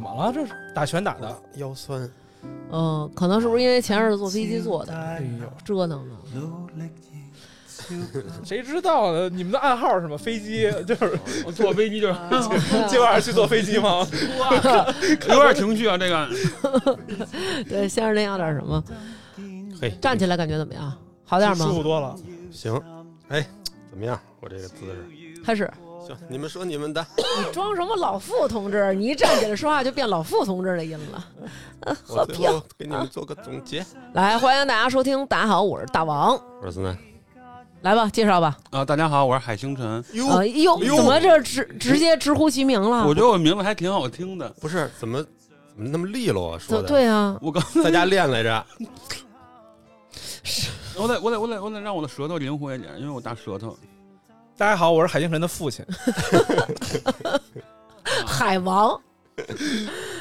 么了？这是打拳打的，腰酸，嗯，可能是不是因为前日子坐飞机坐的，哎呦，折腾呢？谁知道呢？你们的暗号是什么？飞 机就是我坐飞机就是今晚上去坐飞机吗？ 有点情绪啊，这个 对，先是那样点儿什么，嘿，站起来感觉怎么样？好点儿吗舒？服多了。行，哎，怎么样？我这个姿势，开始。行，你们说你 们的，你装什么老傅同志？你一站起来说话就变老傅同志的音了。我和最平后给你们做个总结。 来，欢迎大家收听，大家好，我是大王。我是呢，来吧，介绍吧。啊，大家好，我是海星辰，哟啊，哟，哟怎么这直直接直呼其名了？我觉得我名字还挺好听的。不是怎么怎么那么利落啊？说怎的，对啊，我刚在家练来着，我得我得我得我得让我的舌头灵活一点，因为我大舌头。大家好，我是海星辰的父亲。海王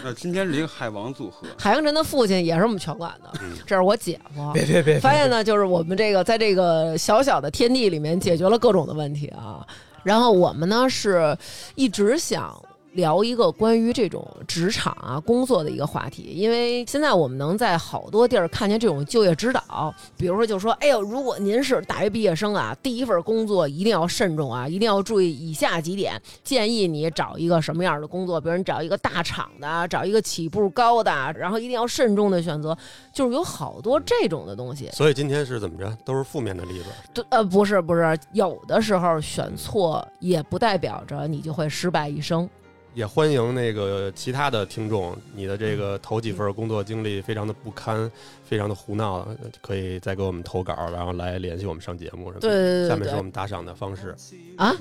呃，今天是一个海王组合，海洋辰的父亲也是我们拳馆的，这是我姐夫。别别别，发现呢，就是我们这个在这个小小的天地里面解决了各种的问题啊。然后我们呢是一直想聊一个关于这种职场啊工作的一个话题，因为现在我们能在好多地儿看见这种就业指导，比如说就说，哎呦，如果您是大学毕业生啊，第一份工作一定要慎重啊，一定要注意以下几点，建议你找一个什么样的工作，比如你找一个大厂的啊，找一个起步高的啊，然后一定要慎重的选择，就是有好多这种的东西。所以今天是怎么着？都是负面的例子。对，呃，不是不是，有的时候选错也不代表着你就会失败一生。也欢迎那个其他的听众，你的这个头几份工作经历非常的不堪，非常的胡闹，呃可以再给我们投稿，然后来联系我们上节目什么的。对对下面对对是我对，们打赏的方式。 啊，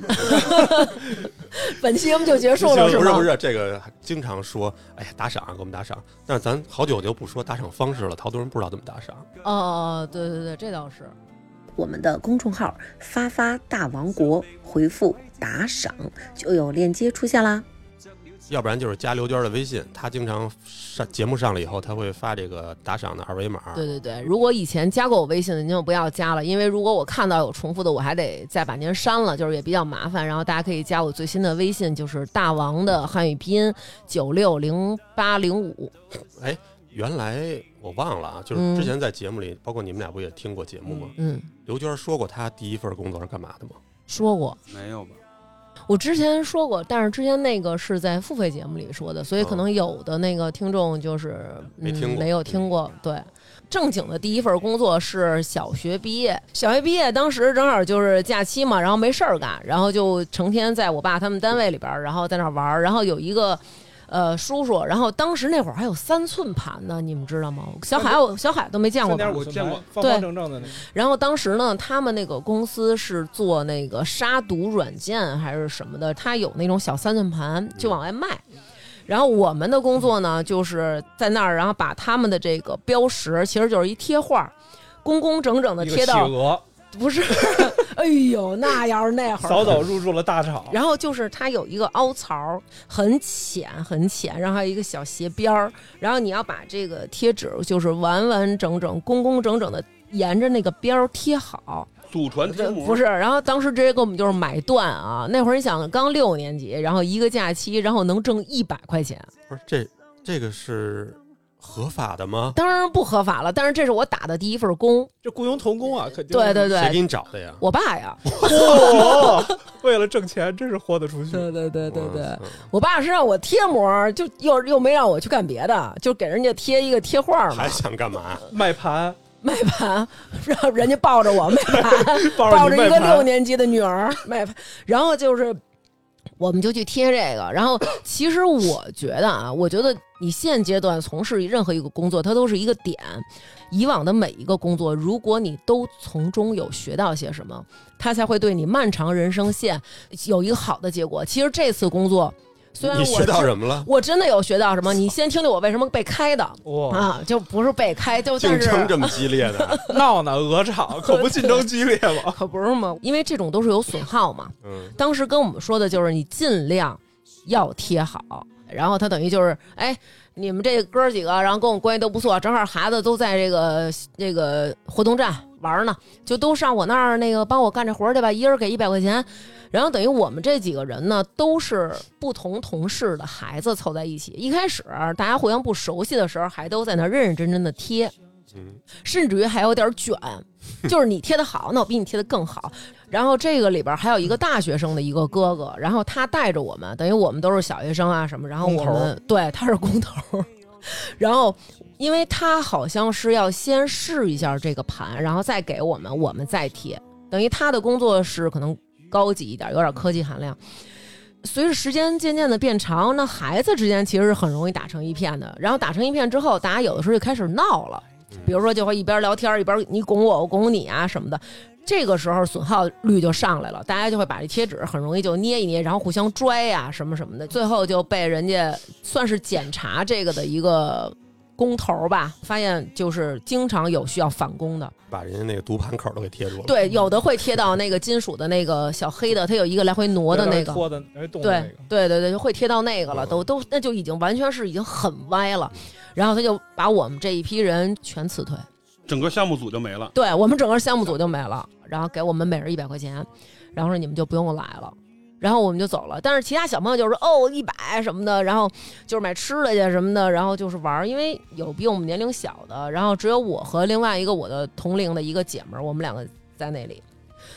本期我们就结束了，不是吗不？是，这个经常说，哎呀打赏给我们打赏，但是咱好久就不说打赏方式了，好多人不知道怎么打赏。哦哦，对对对，这倒是。我们的公众号“发发大王国”，回复“打赏”就有链接出现啦。要不然就是加刘娟的微信，她经常上节目上了以后，她会发这个打赏的二维码。对对对，如果以前加过我微信的，您就不要加了，因为如果我看到有重复的，我还得再把您删了，就是也比较麻烦。然后大家可以加我最新的微信，就是大王的汉语拼音九六零八零五。原来我忘了啊，就是嗯之前在节目里，包括你们俩不也听过节目吗？嗯，刘娟说过她第一份工作是干嘛的吗？说过，没有吧？我之前说过，但是之前那个是在付费节目里说的，所以可能有的那个听众就是、嗯、哦没听过没有听过。对，正经的第一份工作是小学毕业，小学毕业当时正好就是假期嘛，然后没事儿干，然后就成天在我爸他们单位里边儿，然后在那儿玩儿，然后有一个。呃，叔叔，然后当时那会儿还有三寸盘呢，你们知道吗？小海，我小海都没见过三吧点？五我见过，方方正正的那个。然后当时呢，他们那个公司是做那个杀毒软件还是什么的，他有那种小三寸盘就往外卖。嗯然后我们的工作呢，就是在那儿，然后把他们的这个标识，其实就是一贴画，工工整整的一个贴到企，鹅不是， 哎呦，那要是那会儿早早入驻了大厂，然后就是它有一个凹槽，很浅很浅，然后还有一个小斜边儿，然后你要把这个贴纸就是完完整整、工工整整的沿着那个边儿贴好。祖 传贴膜不是，然后当时直接给我们就是买断啊，那会儿你想刚六年级，然后一个假期，然后能挣一百块钱，不是这这个是合法的吗？当然不合法了，但是这是我打的第一份工。这雇佣童工啊，肯定对谁对给对，你找的呀？我爸呀， 嚯，为了挣钱，真是豁得出去。 对对对对对哇，塞我爸是让我贴膜，就又又没让我去干别的，就给人家贴一个贴画嘛还。想干嘛？卖盘，卖盘，让人家抱着我卖盘，抱抱着着你一卖个盘六年级的女儿 卖盘，然后就是我们就去贴这 个。然后其实我觉得啊，我觉得你现阶段从事任何一个工作，它都是一个点。以往的每一个工作，如果你都从中有学到些什么，它才会对你漫长人生线有一个好的结果。其实这次工作，虽然你啊我学到是什么了？我真的有学到什么，你先听听我为什么被开的。哇，啊，就不是被开，就但竞是争这么激烈的，闹呢，鹅厂可不竞争激烈 吗？可不是吗？因为这种都是有损耗嘛。嗯，当时跟我们说的就是你尽量要贴好，然后他等于就是，哎，你们这哥儿几个，然后跟我关系都不错，正好孩子都在这个这个活动站玩儿呢，就都上我那儿那个帮我干这活儿去吧，一人给一百块钱。然后等于我们这几个人呢，都是不同同事的孩子凑在一起。一开始大家互相不熟悉的时候，还都在那儿认认真真的贴，嗯，甚至于还有点卷，就是你贴的好，那我比你贴的更好。然后这个里边还有一个大学生的一个哥哥，然后他带着我们，等于我们都是小学生啊什么，然后我工们对他是工头， 然后因为他好像是要先试一下这个盘，然后再给我们，我们再贴，等于他的工作是可能高级一点，有点科技含量。随着时间渐渐的变长，那孩子之间其实是很容易打成一片的。然后打成一片之后，大家有的时候就开始闹了，比如说就会一边聊天一边你拱我，我拱你啊什么的。这个时候损耗率就上来了，大家就会把这贴纸很容易就捏一捏，然后互相拽呀、什么什么的，最后就被人家算是检查这个的一个工头儿吧，发现就是经常有需要返工的。嗯把人家那个读盘口都给贴住了。，对，有的会贴到那个金属的那个小黑的，它有一个来回挪的那个，拖的哎动的那个，对对对对，就会贴到那个了，嗯都都那就已经完全是已经很歪了。然后他就把我们这一批人全辞退，整个项目组就没了。对我们整个项目组就没了，然后给我们每人一百块钱，然后说你们就不用来了。然后我们就走了，但是其他小朋友就说哦一百什么的，然后就是买吃的去什么的，然后就是玩儿，因为有比我们年龄小的，然后只有我和另外一个我的同龄的一个姐们儿，我们两个在那里，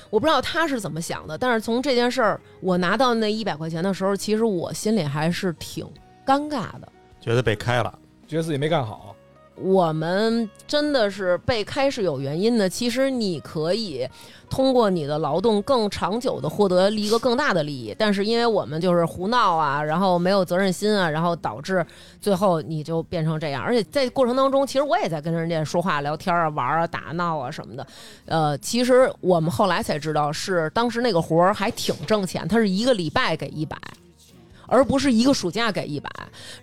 我不知道她是怎么想的，但是从这件事儿我拿到那一百块钱的时候，其实我心里还是挺尴尬的。觉得被开了，觉得自己没干好，我们真的是被开是有原因的。其实你可以通过你的劳动更长久的获得一个更大的利益，但是因为我们就是胡闹啊，然后没有责任心啊，然后导致最后你就变成这样。而且在过程当中，其实我也在跟人家说话、聊天啊、玩啊、打闹啊什么的。呃，其实我们后来才知道，是当时那个活儿还挺挣钱，他是一个礼拜给一百，而不是一个暑假给一百。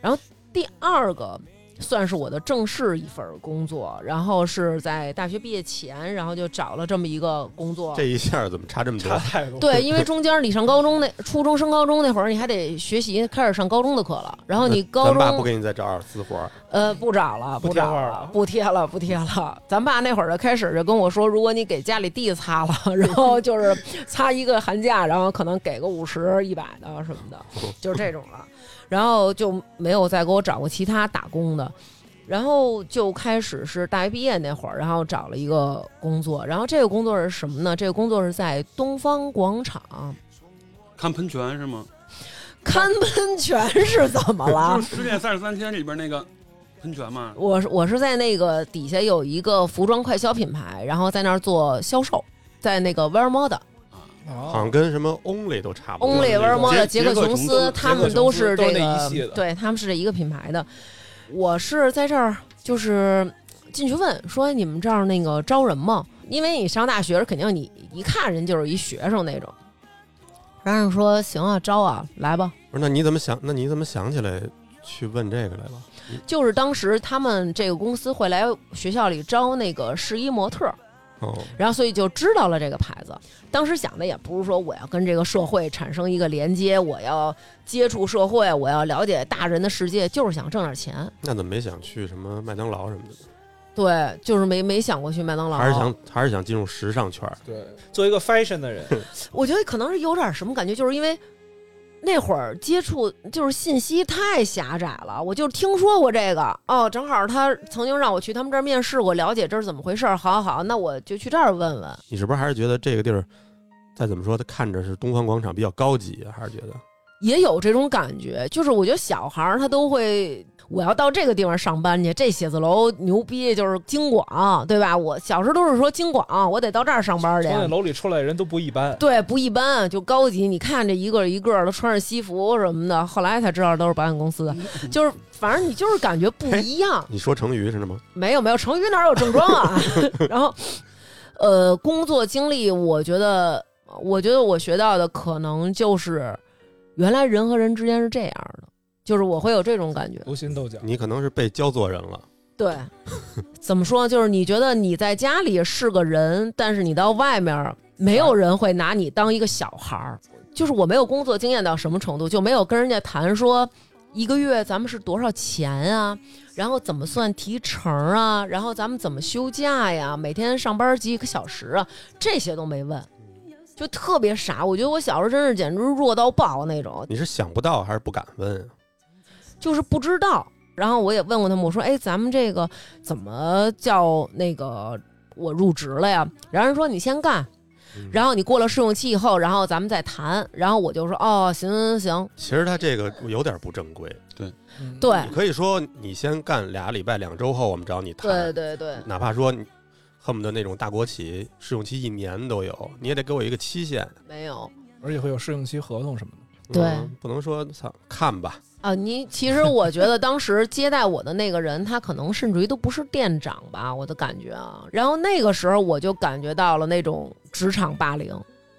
然后第二个。算是我的正式一份工作，然后是在大学毕业前，然后就找了这么一个工作。这一下怎么差这么差多？太多。对，因为中间你上高中那初中升高中那会儿，你还得学习，开始上高中的课了。然后你高咱爸不中给你再找点私活儿，呃不找了，不不贴找画了了，不贴了，不贴了。咱爸那会儿就开始就跟我说，如果你给家里地擦了， 然后就是擦一个寒假，然后可能给个五十、一百的什么的，哦就是这种了。然后就没有再给我找过其他打工的，然后就开始是大学毕业那会儿，然后找了一个工作，然后这个工作是什么呢？这个工作是在东方广场看喷泉是吗？看喷泉是怎么了就？是《失恋三十三天》里边那个喷泉嘛。我是我是在那个底下有一个服装快消品牌，然后在那儿做销售，在那个 Wear Mode 好啊像跟什么 Only 都差不多。哦 Only Wear 哦那 Mode 种的杰克琼杰克琼斯斯，他们都是这都是那个一系的对，他们是这一个品牌的。我是在这儿就是进去问说你们这儿那个招人吗？因为你上大学肯定你一看人就是一学生那种。然后人说行啊，招啊，来吧。不是，那你怎么想？那你怎么想起来去问这个来了？就是当时他们这个公司会来学校里招那个试衣模特儿，哦，然后所以就知道了这个牌子。当时想的也不是说我要跟这个社会产生一个连接，我要接触社会，我要了解大人的世界，就是想挣点钱。那怎么没想去什么麦当劳什么的？对，就是没没想过去麦当劳，还是想还是想进入时尚圈儿？对，作为一个 fashion 的人，我觉得可能是有点什么感觉，就是因为那会儿接触就是信息太狭窄了，我就听说过这个哦，正好他曾经让我去他们这儿面试过，了解这是怎么回事儿。好好，那我就去这儿问问。你是不是还是觉得这个地儿，再怎么说，它看着是东方广场比较高级，啊还是觉得也有这种感觉，就是我觉得小孩儿他都会，我要到这个地方上班去，这写字楼牛逼，就是京广，对吧？我小时候都是说京广，我得到这儿上班去从。那楼里出来的人都不一般。对，不一般，就高级。你看这一个一个的穿着西服什么的，后来才知道都是保险公司的，就是反正你就是感觉不一样。你说成语是吗？没有没有，成语哪有正装啊？然后，呃，工作经历，我觉得，我觉得我学到的可能就是，原来人和人之间是这样的，就是我会有这种感觉。勾心斗角，你可能是被教做人了。对，怎么说？就是你觉得你在家里是个人，但是你到外面儿，没有人会拿你当一个小孩儿。就是我没有工作经验到什么程度，就没有跟人家谈说一个月咱们是多少钱啊？然后怎么算提成啊？然后咱们怎么休假呀？每天上班几个小时啊？这些都没问，就特别傻。我觉得我小时候真是简直弱到爆那种，你是想不到还是不敢问？啊就是不知道。然后我也问过他们，我说：“哎，咱们这个怎么叫那个我入职了呀？”然后人说：“你先干，然后你过了试用期以后，然后咱们再谈。”然后我就说：“哦，行行行，其实他这个有点不正规，嗯对你可以说你先干俩礼拜、两周后我们找你谈，对对对，哪怕说你恨不得那种大国企试用期一年都有，你也得给我一个期限。没有而且会有试用期合同什么的。对嗯不能说操看吧，啊。你其实我觉得当时接待我的那个人，他可能甚至于都不是店长吧，我的感觉啊。然后那个时候我就感觉到了那种职场霸凌。”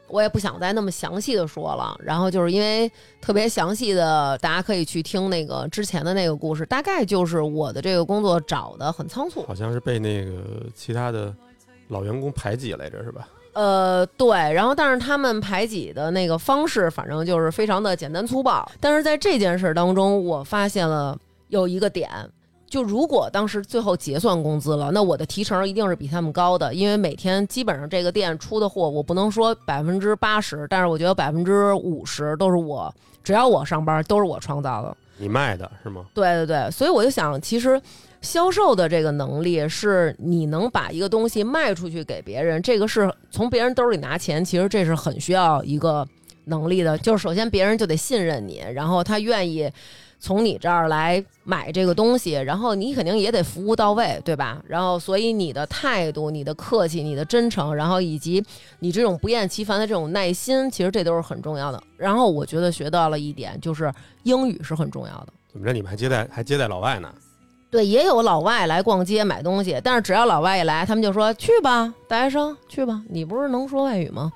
我也不想再那么详细的说了，然后就是因为特别详细的，大家可以去听那个之前的那个故事，大概就是我的这个工作找的很仓促，好像是被那个其他的老员工排挤来着，是吧？呃，对，然后但是他们排挤的那个方式，反正就是非常的简单粗暴。但是在这件事当中，我发现了有一个点，就如果当时最后结算工资了，那我的提成一定是比他们高的，因为每天基本上这个店出的货，我不能说百分之八十，但是我觉得百分之五十都是我，只要我上班都是我创造的。你卖的是吗？对对对，所以我就想，其实销售的这个能力是你能把一个东西卖出去给别人，这个是从别人兜里拿钱，其实这是很需要一个能力的。就是首先别人就得信任你，然后他愿意从你这儿来买这个东西，然后你肯定也得服务到位，对吧？然后所以你的态度、你的客气、你的真诚，然后以及你这种不厌其烦的这种耐心，其实这都是很重要的。然后我觉得学到了一点，就是英语是很重要的。怎么着？你们还接待还接待老外 呢？对，也有老外来逛街买东西，但是只要老外一来，他们就说去吧，大学生去吧，你不是能说外语吗？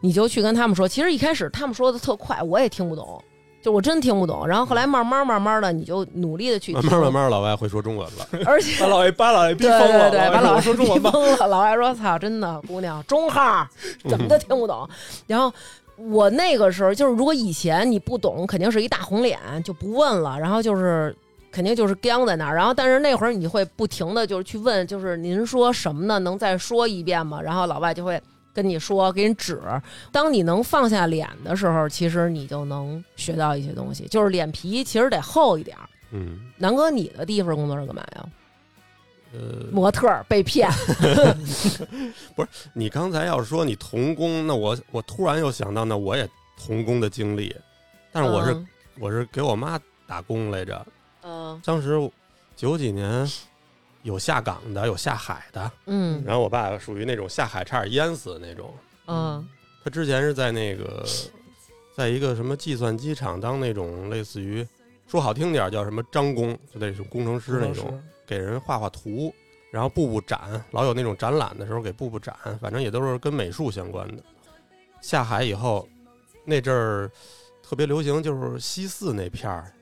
你就去跟他们说。其实一开始他们说的特快，我也听不懂，就我真听不懂。然后后来慢慢慢慢的，你就努力的去慢慢慢慢，老外会说中文了。慢，而且把老爷把老爷逼对疯对了，对，老把老爷外说中文逼吧。疯了。老外说：“操，真的，姑娘，中号怎么都听不懂。”然后我那个时候就是，如果以前你不懂，肯定是一大红脸，就不问了，然后就是。肯定就是僵在那儿，然后但是那会儿你会不停的就是去问，就是您说什么呢？能再说一遍吗？然后老外就会跟你说，给你指。当你能放下脸的时候，其实你就能学到一些东西。就是脸皮其实得厚一点儿。嗯，南哥，你的第一份工作是干嘛呀？呃，模特儿被骗，你刚才要是说你童工，那我我突然又想到，那我也童工的经历，但是我是、嗯我是给我妈打工来着。嗯当时九几年有下岗的，有下海的，嗯然后我爸属于那种下海差点淹死的那种。嗯他之前是在那个，在一个什么计算机厂当那种类似于说好听点儿叫什么张工，就那种工程师那种，给人画画图，然后布布展，老有那种展览的时候给布布展，反正也都是跟美术相关的。下海以后，那阵儿特别流行，就是西四那片儿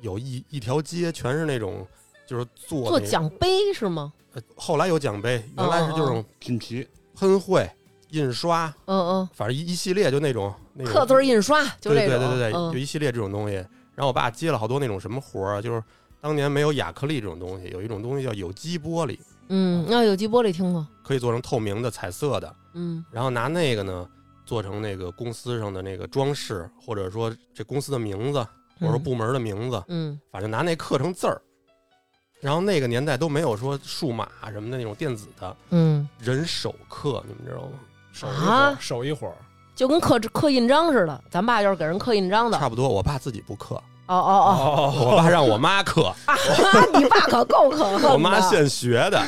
有一一条街全是那种就是做做那奖嗯杯是吗？呃后来有奖杯，原来是这种锦旗，喷绘、印刷，嗯反正一一系列就那种那嗯，种刻字儿印刷就对这对种，对对对，就嗯一系列这种东西。然后我爸接了好多那种什么活儿啊，就是当年没有亚克力这种东西，有一种东西叫有机玻璃，嗯，那有机玻璃听过，可以做成透明的、彩色的，嗯然后拿那个呢做成那个公司上的那个装饰，或者说这公司的名字，或者说部门的名字，嗯反正拿那刻成字儿。然后那个年代都没有说数码什么的那种电子的，嗯，人手刻，你们知道吗？手啊一会儿，手一会儿，就跟刻刻印章似的，咱爸就是给人刻印章的，差不多，我爸自己不刻，哦哦我爸让我妈 刻，哦，啊，你爸可够可恨的，我妈现学的，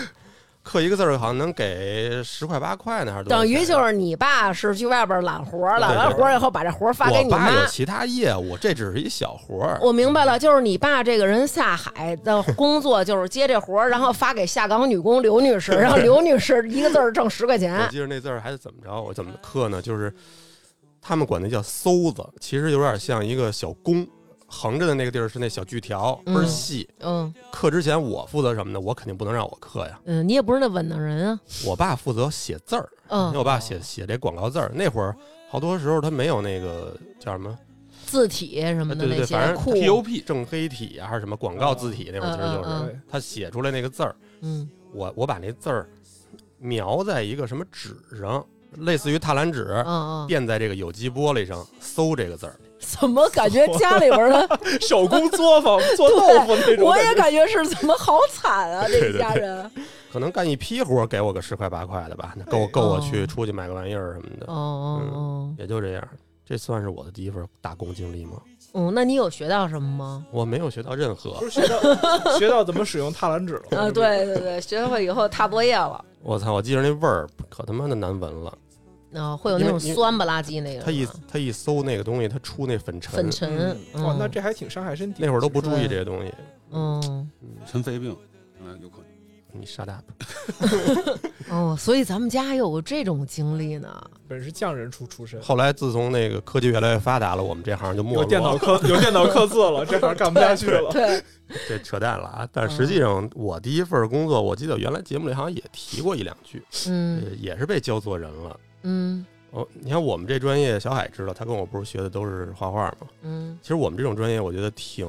刻一个字儿好像能给十块八块呢，还是多少等钱啊于就是你爸是去外边揽活儿了，对对完活儿以后把这活儿发给我你爸妈。有其他业务，这只是一小活儿。我明白了，就是你爸这个人下海的工作就是接这活儿，然后发给下岗女工刘女士，然后刘女士一个字儿挣十块我钱。记得那字儿还是怎么着，我怎么刻呢？就是他们管那叫搜子，其实有点像一个小弓，横着的那个地儿是那小锯条，倍嗯儿细。嗯刻之前我负责什么呢？我肯定不能让我刻呀，嗯，你也不是那稳当人啊。我爸负责写字儿，因为嗯我爸写写这广告字儿。那会儿好多时候他没有那个叫什么字体什么的哎对对那对些反正酷， POP 正黑体啊还是什么广告字体那种词儿，就嗯嗯是他写出来那个字儿，嗯我我把那字儿描在一个什么纸上，类似于踏蓝纸嗯，嗯，垫在这个有机玻璃上，搜这个字儿。怎么感觉家里边的手工作坊做豆腐那种感觉。我也感觉是怎么好惨啊，这对一对家人。可能干一批活儿给我个十块八块的吧，那够够我去出去买个玩意儿什么的，哦哦也就这样。这算是我的第一份打工经历吗？哦，嗯，那你有学到什么吗？我没有学到任何不，是学到 学到怎么使用踏蓝纸了啊，，对对对，学会以后踏波叶了，我操！我记着那味儿可他妈的难闻了。啊，会有那种因为因为酸不拉几那个。他一他一搜那个东西，他出那粉尘，啊粉尘，嗯哦，那这还挺伤害身体。那会儿都不注对意这些东西。嗯尘肺病，嗯，有可能。你 shut up！哦，所以咱们家有过这种经历 呢。本是匠人出出身，后来自从那个科技越来越发达了，我们这行就没落有了电脑刻有电脑刻字了，这行干不下去了。对，这扯淡了啊！但实际上，我第一份工作，我记得原来节目里好像也提过一两句，嗯呃也是被教做人了。嗯哦，你看我们这专业，小海知道，他跟我不是学的都是画画嘛。嗯，其实我们这种专业，我觉得挺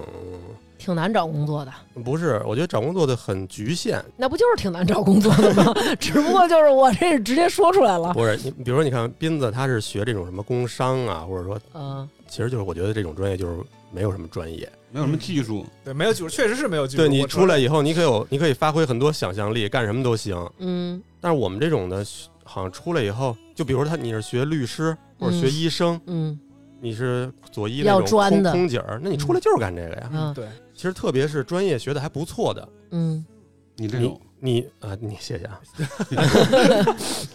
挺难找工作的，不是，我觉得找工作的很局限。那不就是挺难找工作的吗？ 只不过就是我这直接说出 来了。不是你，比如说你看斌子，他是学这种什么工商啊，或者说，嗯，其实就是我觉得这种专业就是没有什么专业。没有什么技术，对，没有技术，确实是没有技术。对你我出来以后，你可有你可以发挥很多想象力，干什么都行。嗯但是我们这种的，好像出来以后，就比如说他你是学律师或者嗯学医生，嗯你是佐伊那要种专空的空姐儿，那你出来就是干这个呀。嗯对，其实特别是专业学的还不错的，嗯，你这你种，你啊，你谢谢啊，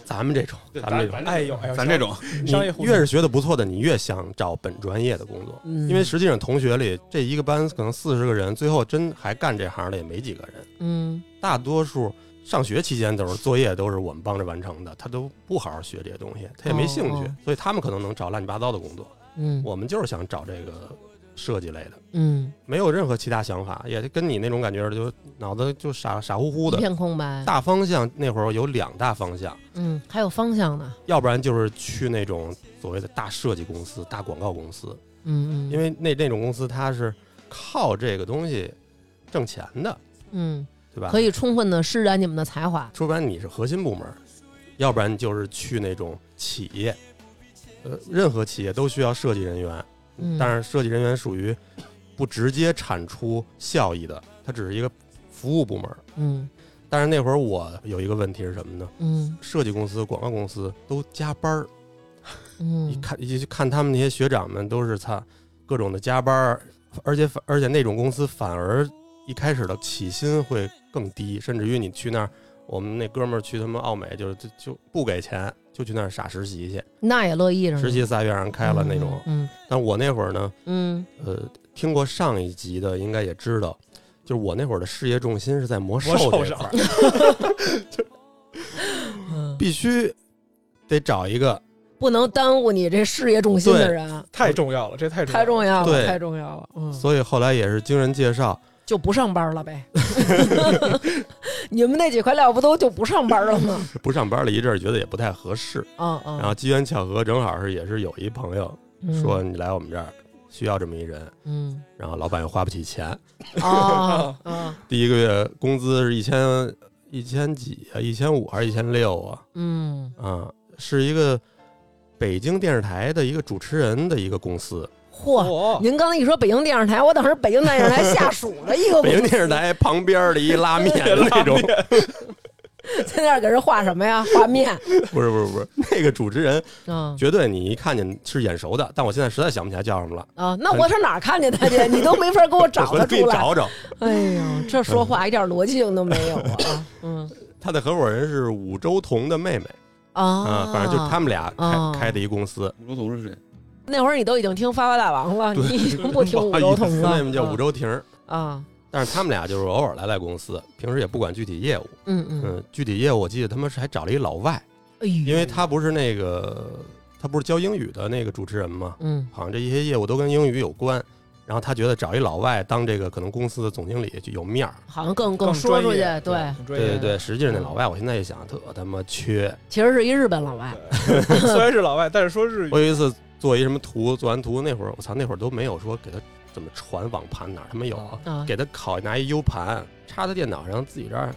咱们这种，咱们这种，哎呦哎呦，咱这种，商业你互越是学的不错的，你越想找本专业的工作，嗯因为实际上同学里这一个班可能四十个人，最后真还干这行的也没几个人，嗯大多数。上学期间都是作业都是我们帮着完成的，他都不好好学这些东西，他也没兴趣，哦哦所以他们可能能找乱七八糟的工作。嗯我们就是想找这个设计类的，嗯，没有任何其他想法，也就跟你那种感觉，就脑子就傻傻乎乎一的。片空白。大方向那会儿有两大方向，嗯，还有方向呢。要不然就是去那种所谓的大设计公司、大广告公司，嗯嗯，因为那那种公司它是靠这个东西挣钱的，嗯对吧？可，以充分的施展你们的才华。要不然你是核心部门，要不然你就是去那种企业，呃，任何企业都需要设计人员，嗯，但是设计人员属于不直接产出效益的，它只是一个服务部门。嗯但是那会儿我有一个问题是什么呢？嗯设计公司、广告公司都加班儿，嗯，一看一看他们那些学长们都是擦各种的加班儿，而且反而且那种公司反而一开始的起薪会更低，甚至于你去那儿，我们那哥们儿去他妈奥美就是就就不给钱，就去那儿傻实习去，那也乐意是吗？啊实习仨月让开了那种。嗯但我那会儿呢，嗯呃，听过上一集的应该也知道，就是我那会儿的事业重心是在魔兽魔兽这块儿，嗯，必须得找一个不能耽误你这事业重心的人，啊太重要了，这太重太重要了，对太重要了。嗯，所以后来也是经人介绍，就不上班了呗。 你们那几块料不都就不上班了吗？ 不上班了一阵儿，觉得也不太合适。嗯嗯。然后机缘巧合，正好是也是有一朋友嗯说你来我们这儿需要这么一人，嗯然后老板又花不起钱， 哦嗯第一个月工资是一千一千几啊，一千五还是一千六啊？嗯，啊，是一个北京电视台的一个主持人的一个公司，嚯！哦，您刚才一说北京电视台，我当时北京电视台下属的 一个北京电视台旁边的一拉 面的那 种，在那儿给人画什么呀？画 面。不是不是不是，那个主持人嗯绝对你一看见是眼熟的，但我现在实在想不起来叫什么 了，啊，那我上哪儿看见他 去？你都没法给我找我他回去出来。找找。哎呦，这说话一点逻辑性都没有啊！嗯他的合伙人是武周彤的妹妹 啊啊，反正就是他们俩啊开开的一公司，五洲总是谁？那会儿你都已经听发发大王了，你已经不听五洲同他了。妹妹叫武周婷儿，啊，但是他们俩就是偶尔来来公司，平时也不管具体业务。嗯嗯，嗯，具体业务我记得他们是还找了一老外，哎呦，因为他不是那个他不是教英语的那个主持人嘛，嗯好像这些业务都跟英语有关。然后他觉得找一老外当这个可能公司的总经理就有面儿。好像更更说出去，专业对，很专对 对业。对，实际上那老外我现在一想特他妈缺。其实是一日本老外，虽然是老外，但是说日语我有一次做一什么图，做完图那会儿，我操，那会儿都没有说给他怎么传网盘，哪儿他妈有啊？啊给他拷拿一 U 盘插在电脑上，自己这儿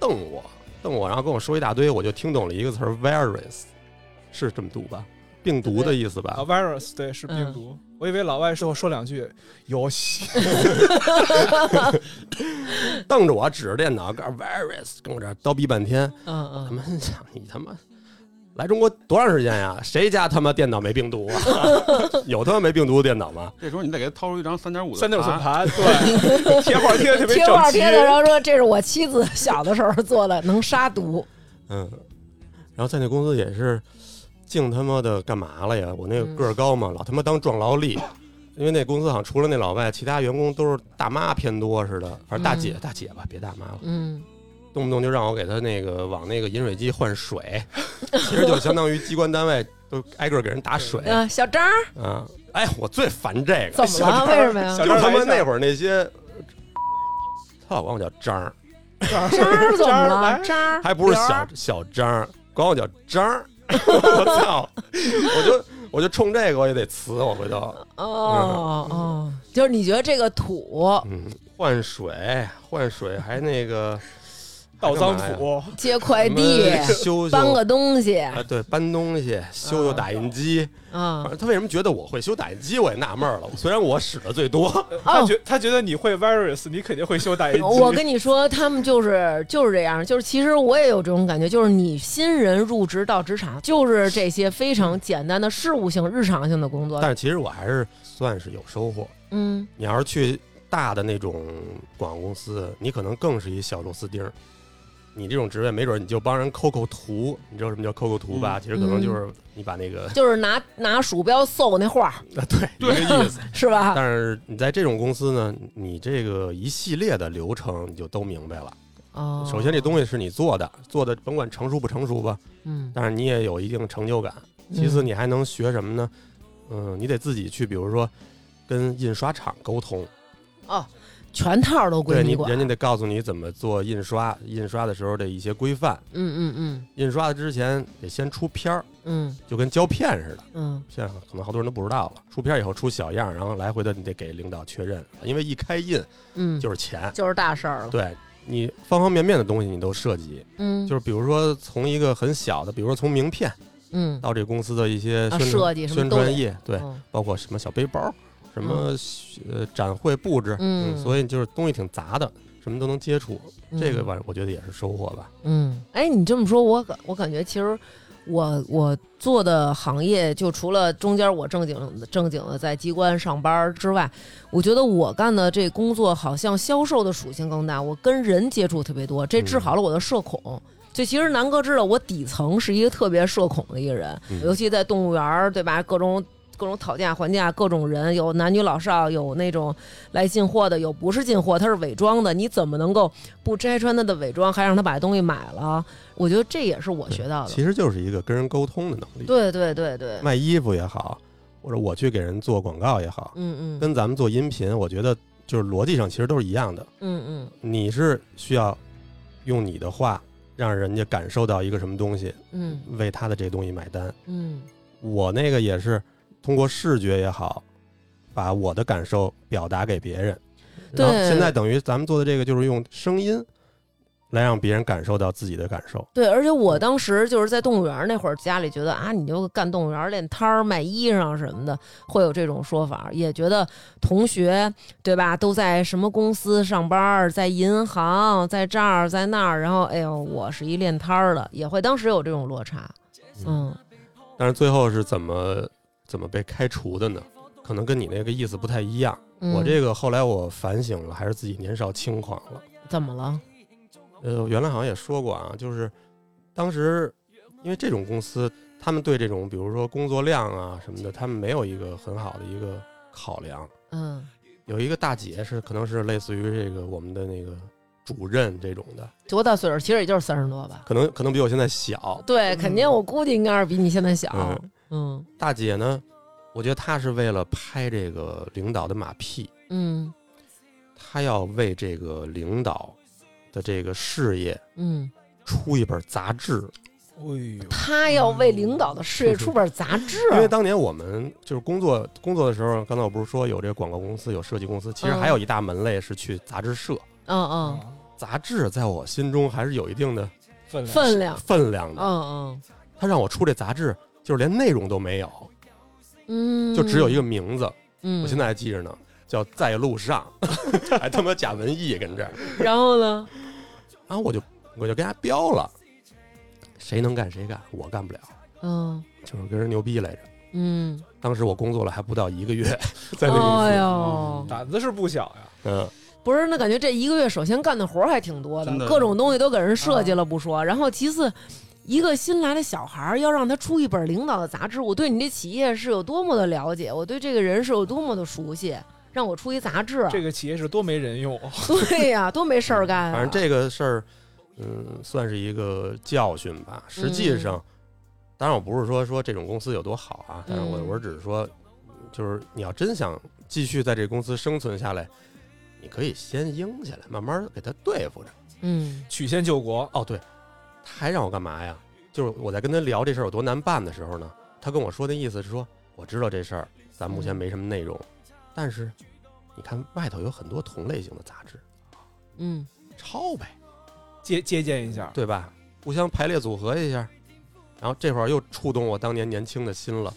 瞪我瞪我，然后跟我说一大堆，我就听懂了一个词儿 virus，是这么读吧？病毒的意思啊吧？ ，virus 对是病嗯毒。我以为老外说说两句游戏，瞪着我指着电脑，告诉 virus，跟我这儿叨逼半天。他嗯嗯，们想你他妈来中国多长时间呀？谁家他妈电脑没病毒啊？有他妈没病毒的电脑吗？这时候你再给他掏出一张三点五的三点盘损盘，对，贴画贴的特别贴画整齐贴。的，然后说这是我妻子小的时候做的，能杀毒。嗯，然后在那公司也是净他妈的干嘛了呀？我那个嗯个儿高嘛，老他妈当壮劳力。因为那公司好像除了那老外，其他员工都是大妈偏多似的，反正大姐、嗯大姐吧，别大妈了，嗯，动不动就让我给他那个往那个饮水机换水，其实就相当于机关单位都挨个给人打水嗯，小张儿啊。哎，我最烦这个， 怎么了？啊为什么呀小？就张他来妈一下那会儿那些，他老管我叫张儿， 张儿怎么张儿了？来张儿 还不是刘儿小小张儿，管我叫张儿， 我操！我就我就冲这个我也得辞，我回头，哦哦，就是你觉得这个土嗯，换水换水还那个倒脏还干嘛呀腑，接快递什、么修修搬个东西啊，对，搬东西修修啊打印机，啊反正他为什么觉得我会修打印机，我也纳闷儿了。虽然我使的最多，他觉他觉得你会 virus，你肯定会修打哎印机。哦我跟你说，他们就是就是这样，就是其实我也有这种感觉，就是你新人入职到职场，就是这些非常简单的事务性、日常性的工作嗯但。是其实我还是算是有收获。嗯你要是去大的那种广告公司，你可能更是一小螺丝钉儿。你这种职位，没准你就帮人抠抠图，你知道什么叫抠抠图吧？其实可能就是你把那个、就是拿拿鼠标搜那画儿，啊，对，一对个意思。 是吧？但是你在这种公司呢，你这个一系列的流程你就都明白了。哦，首先，这东西是你做的，做的甭管成熟不成熟吧，嗯，但是你也有一定成就感。其次，你还能学什么呢？嗯，你得自己去，比如说跟印刷厂沟通。哦，全套都归对你，管。人家得告诉你怎么做印刷，印刷的时候的一些规范。嗯嗯印刷的之前得先出片儿，嗯就跟胶片似的。嗯嗯现在可能好多人都不知道了，出片儿以后出小样儿，然后来回的你得给领导确认，因为一开印嗯，就是钱。就是大事儿了。对你方方面面的东西你都涉及，嗯，就是比如说从一个很小的，比如说从名片嗯，到这个公司的一些啊宣设传计什么宣都得传页，对，嗯包括什么小背包，什么呃展会布置，嗯所以就是东西挺杂的，什么都能接触。嗯这个吧，我觉得也是收获吧。嗯，哎，你这么说，我感我感觉其实我我做的行业，就除了中间我正经的正经的在机关上班之外，我觉得我干的这工作好像销售的属性更大，我跟人接触特别多，这治好了我的社恐。就其实南哥知道，我底层是一个特别社恐的一个人，嗯尤其在动物园儿，对吧？各种各种讨价还价，各种人，有男女老少，有那种来进货的，有不是进货，他是伪装的。你怎么能够不拆穿他的伪装，还让他把东西买了？我觉得这也是我学到的。其实就是一个跟人沟通的能力。对对对对，卖衣服也好，或者我去给人做广告也好，嗯嗯嗯跟咱们做音频，我觉得就是逻辑上其实都是一样的。嗯你是需要用你的话让人家感受到一个什么东西，嗯为他的这东西买单。嗯我那个也是通过视觉也好，把我的感受表达给别人。对然后现在等于咱们做的这个就是用声音来让别人感受到自己的感受。对，而且我当时就是在动物园那会儿，家里觉得啊，你就干动物园练摊儿卖衣裳什么的，会有这种说法，也觉得同学对吧，都在什么公司上班儿，在银行，在这儿，在那儿，然后哎呦，我是一练摊儿的，也会当时有这种落差，嗯但是最后是怎么怎么被开除的呢？可能跟你那个意思不太一样。嗯，我这个后来我反省了，还是自己年少轻狂了。怎么了？呃，原来好像也说过啊，就是当时因为这种公司，他们对这种比如说工作量啊什么的，他们没有一个很好的一个考量。嗯，有一个大姐是可能是类似于这个我们的那个主任这种的，多大岁数？其实也就是三十多吧。可能可能比我现在小。对，肯定，我估计应该是比你现在小。嗯嗯大姐呢，我觉得她是为了拍这个领导的马屁，嗯她要为这个领导的这个事业嗯，出一本杂志，哎呦，他要为领导的事业出本杂志，啊因为当年我们就是工作工作的时候，刚才我不是说有这个广告公司，有设计公司，其实嗯还有一大门类是去杂志社。嗯嗯，哎杂志在我心中还是有一定的分量分量，分量的。嗯他让我出这杂志，就是连内容都没有，嗯嗯，就只有一个名字，嗯，我现在还记着呢，叫在路上， 还他妈假文艺跟这儿。然后呢，然后我就我就跟他飙了，谁能干谁干，我干不了，嗯就是跟人牛逼来着。嗯，当时我工作了还不到一个月，在那公司，哎呦，胆子是不小呀。嗯，不是，那感觉这一个月首先干的活儿还挺多的，真的各种东西都给人设计了不说，然后其次。一个新来的小孩儿要让他出一本领导的杂志，我对你这企业是有多么的了解，我对这个人是有多么的熟悉，让我出一杂志，啊这个企业是多没人用， 对呀、多没事儿干、啊。反正这个事儿，嗯，算是一个教训吧。实际上，当然我不是说说这种公司有多好啊，但是我嗯我只是说，就是你要真想继续在这公司生存下来，你可以先应起来，慢慢给他对付着。嗯曲线救国。哦，对，他还让我干嘛呀？就是我在跟他聊这事儿有多难办的时候呢，他跟我说的意思是说，我知道这事儿咱目前没什么内容，但是你看外头有很多同类型的杂志，嗯抄呗，借借鉴一下，对吧？互相排列组合一下。然后这会儿又触动我当年年轻的心了，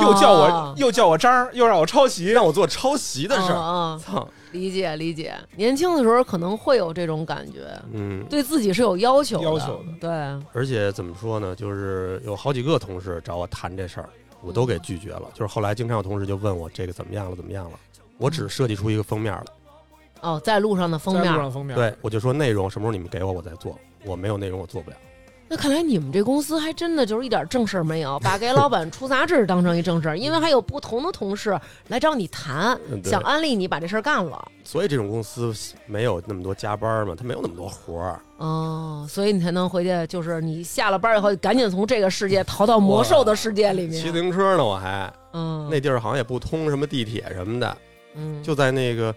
又叫我、啊又叫我张儿，又让我抄袭，让我做抄袭的事啊儿。啊操，理解理解。年轻的时候可能会有这种感觉，嗯，对自己是有要求的，要求的对，而且怎么说呢，就是有好几个同事找我谈这事儿，我都给拒绝了。就是后来经常有同事就问我这个怎么样了，怎么样了，我只设计出一个封面了。哦，在路上的封在面路儿。上封面，，对，我就说内容什么时候你们给我，我再做。我没有内容，我做不了。那看来你们这公司还真的就是一点正事儿没有，把给老板出杂志当成一正事儿，因为还有不同的同事来找你谈，嗯对想安利你把这事儿干了，所以这种公司没有那么多加班嘛，它没有那么多活儿。哦，所以你才能回去，就是你下了班以后，赶紧从这个世界逃到魔兽的世界里骑自面，行车呢，我还嗯，那地儿好像也不通什么地铁什么的，嗯，就在那个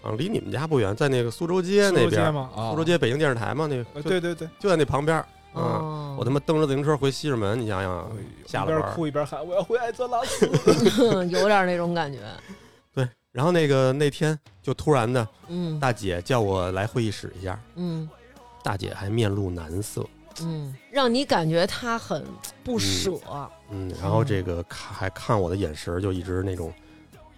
啊，离你们家不远，在那个苏州街那边，吗？啊苏州，街北京电视台嘛，那个呃就对对对，就在那旁边儿。嗯，哦，我他妈蹬着自行车回西直门，你想想，下了一班哎边儿哭一边喊我要回艾 泽拉斯，有点那种感觉，对。然后那个那天就突然的，嗯大姐叫我来会议室一下，嗯大姐还面露难色，嗯，让你感觉他很不舍，嗯，然后这个看还看我的眼神儿就一直那种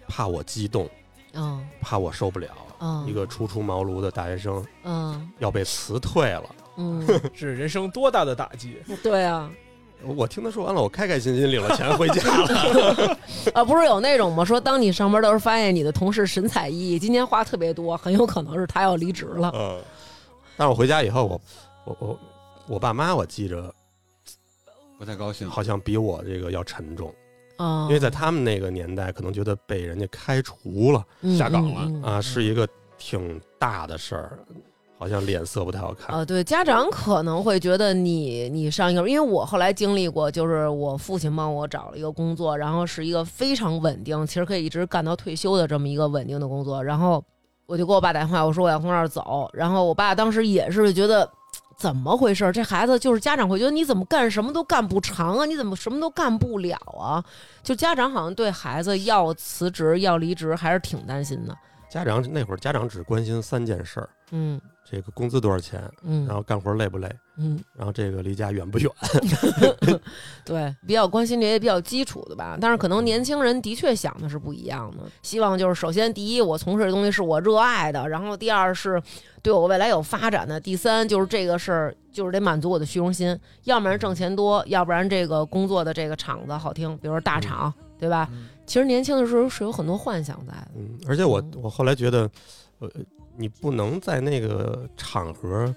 怕我激动，嗯怕我受不了。嗯，一个初出茅庐的大学生嗯要被辞退了，嗯，是人生多大的打击！对啊，我听他说完了，我开开心心领了钱回家 了。啊，不是有那种吗？说当你上班的时候发现你的同事神采奕奕，今天话特别多，很有可能是他要离职了。嗯，但是我回家以后，我我我我爸妈，我记着不太高兴。好像比我这个要沉重，啊，因为在他们那个年代，可能觉得被人家开除了嗯下岗了嗯嗯啊，是一个挺大的事儿，好像脸色不太好看。啊，对，家长可能会觉得你你上一个，因为我后来经历过，就是我父亲帮我找了一个工作，然后是一个非常稳定，其实可以一直干到退休的这么一个稳定的工作，然后我就给我爸打电话，我说我要从这儿走，然后我爸当时也是觉得。怎么回事？这孩子就是家长会觉得你怎么干什么都干不长啊，你怎么什么都干不了啊？就家长好像对孩子要辞职、要离职还是挺担心的。家长那会儿，家长只关心三件事儿：嗯这个工资多少钱，嗯，然后干活累不累，嗯，然后这个离家远不远。对，比较关心这些比较基础的吧。但是可能年轻人的确想的是不一样的，希望就是首先第一，我从事的东西是我热爱的；然后第二是对我未来有发展的；第三就是这个事儿就是得满足我的虚荣心，要不然挣钱多，要不然这个工作的这个厂子好听，比如说大厂，对吧？其实年轻的时候是有很多幻想在的。嗯，而且我嗯我后来觉得，呃，你不能在那个场合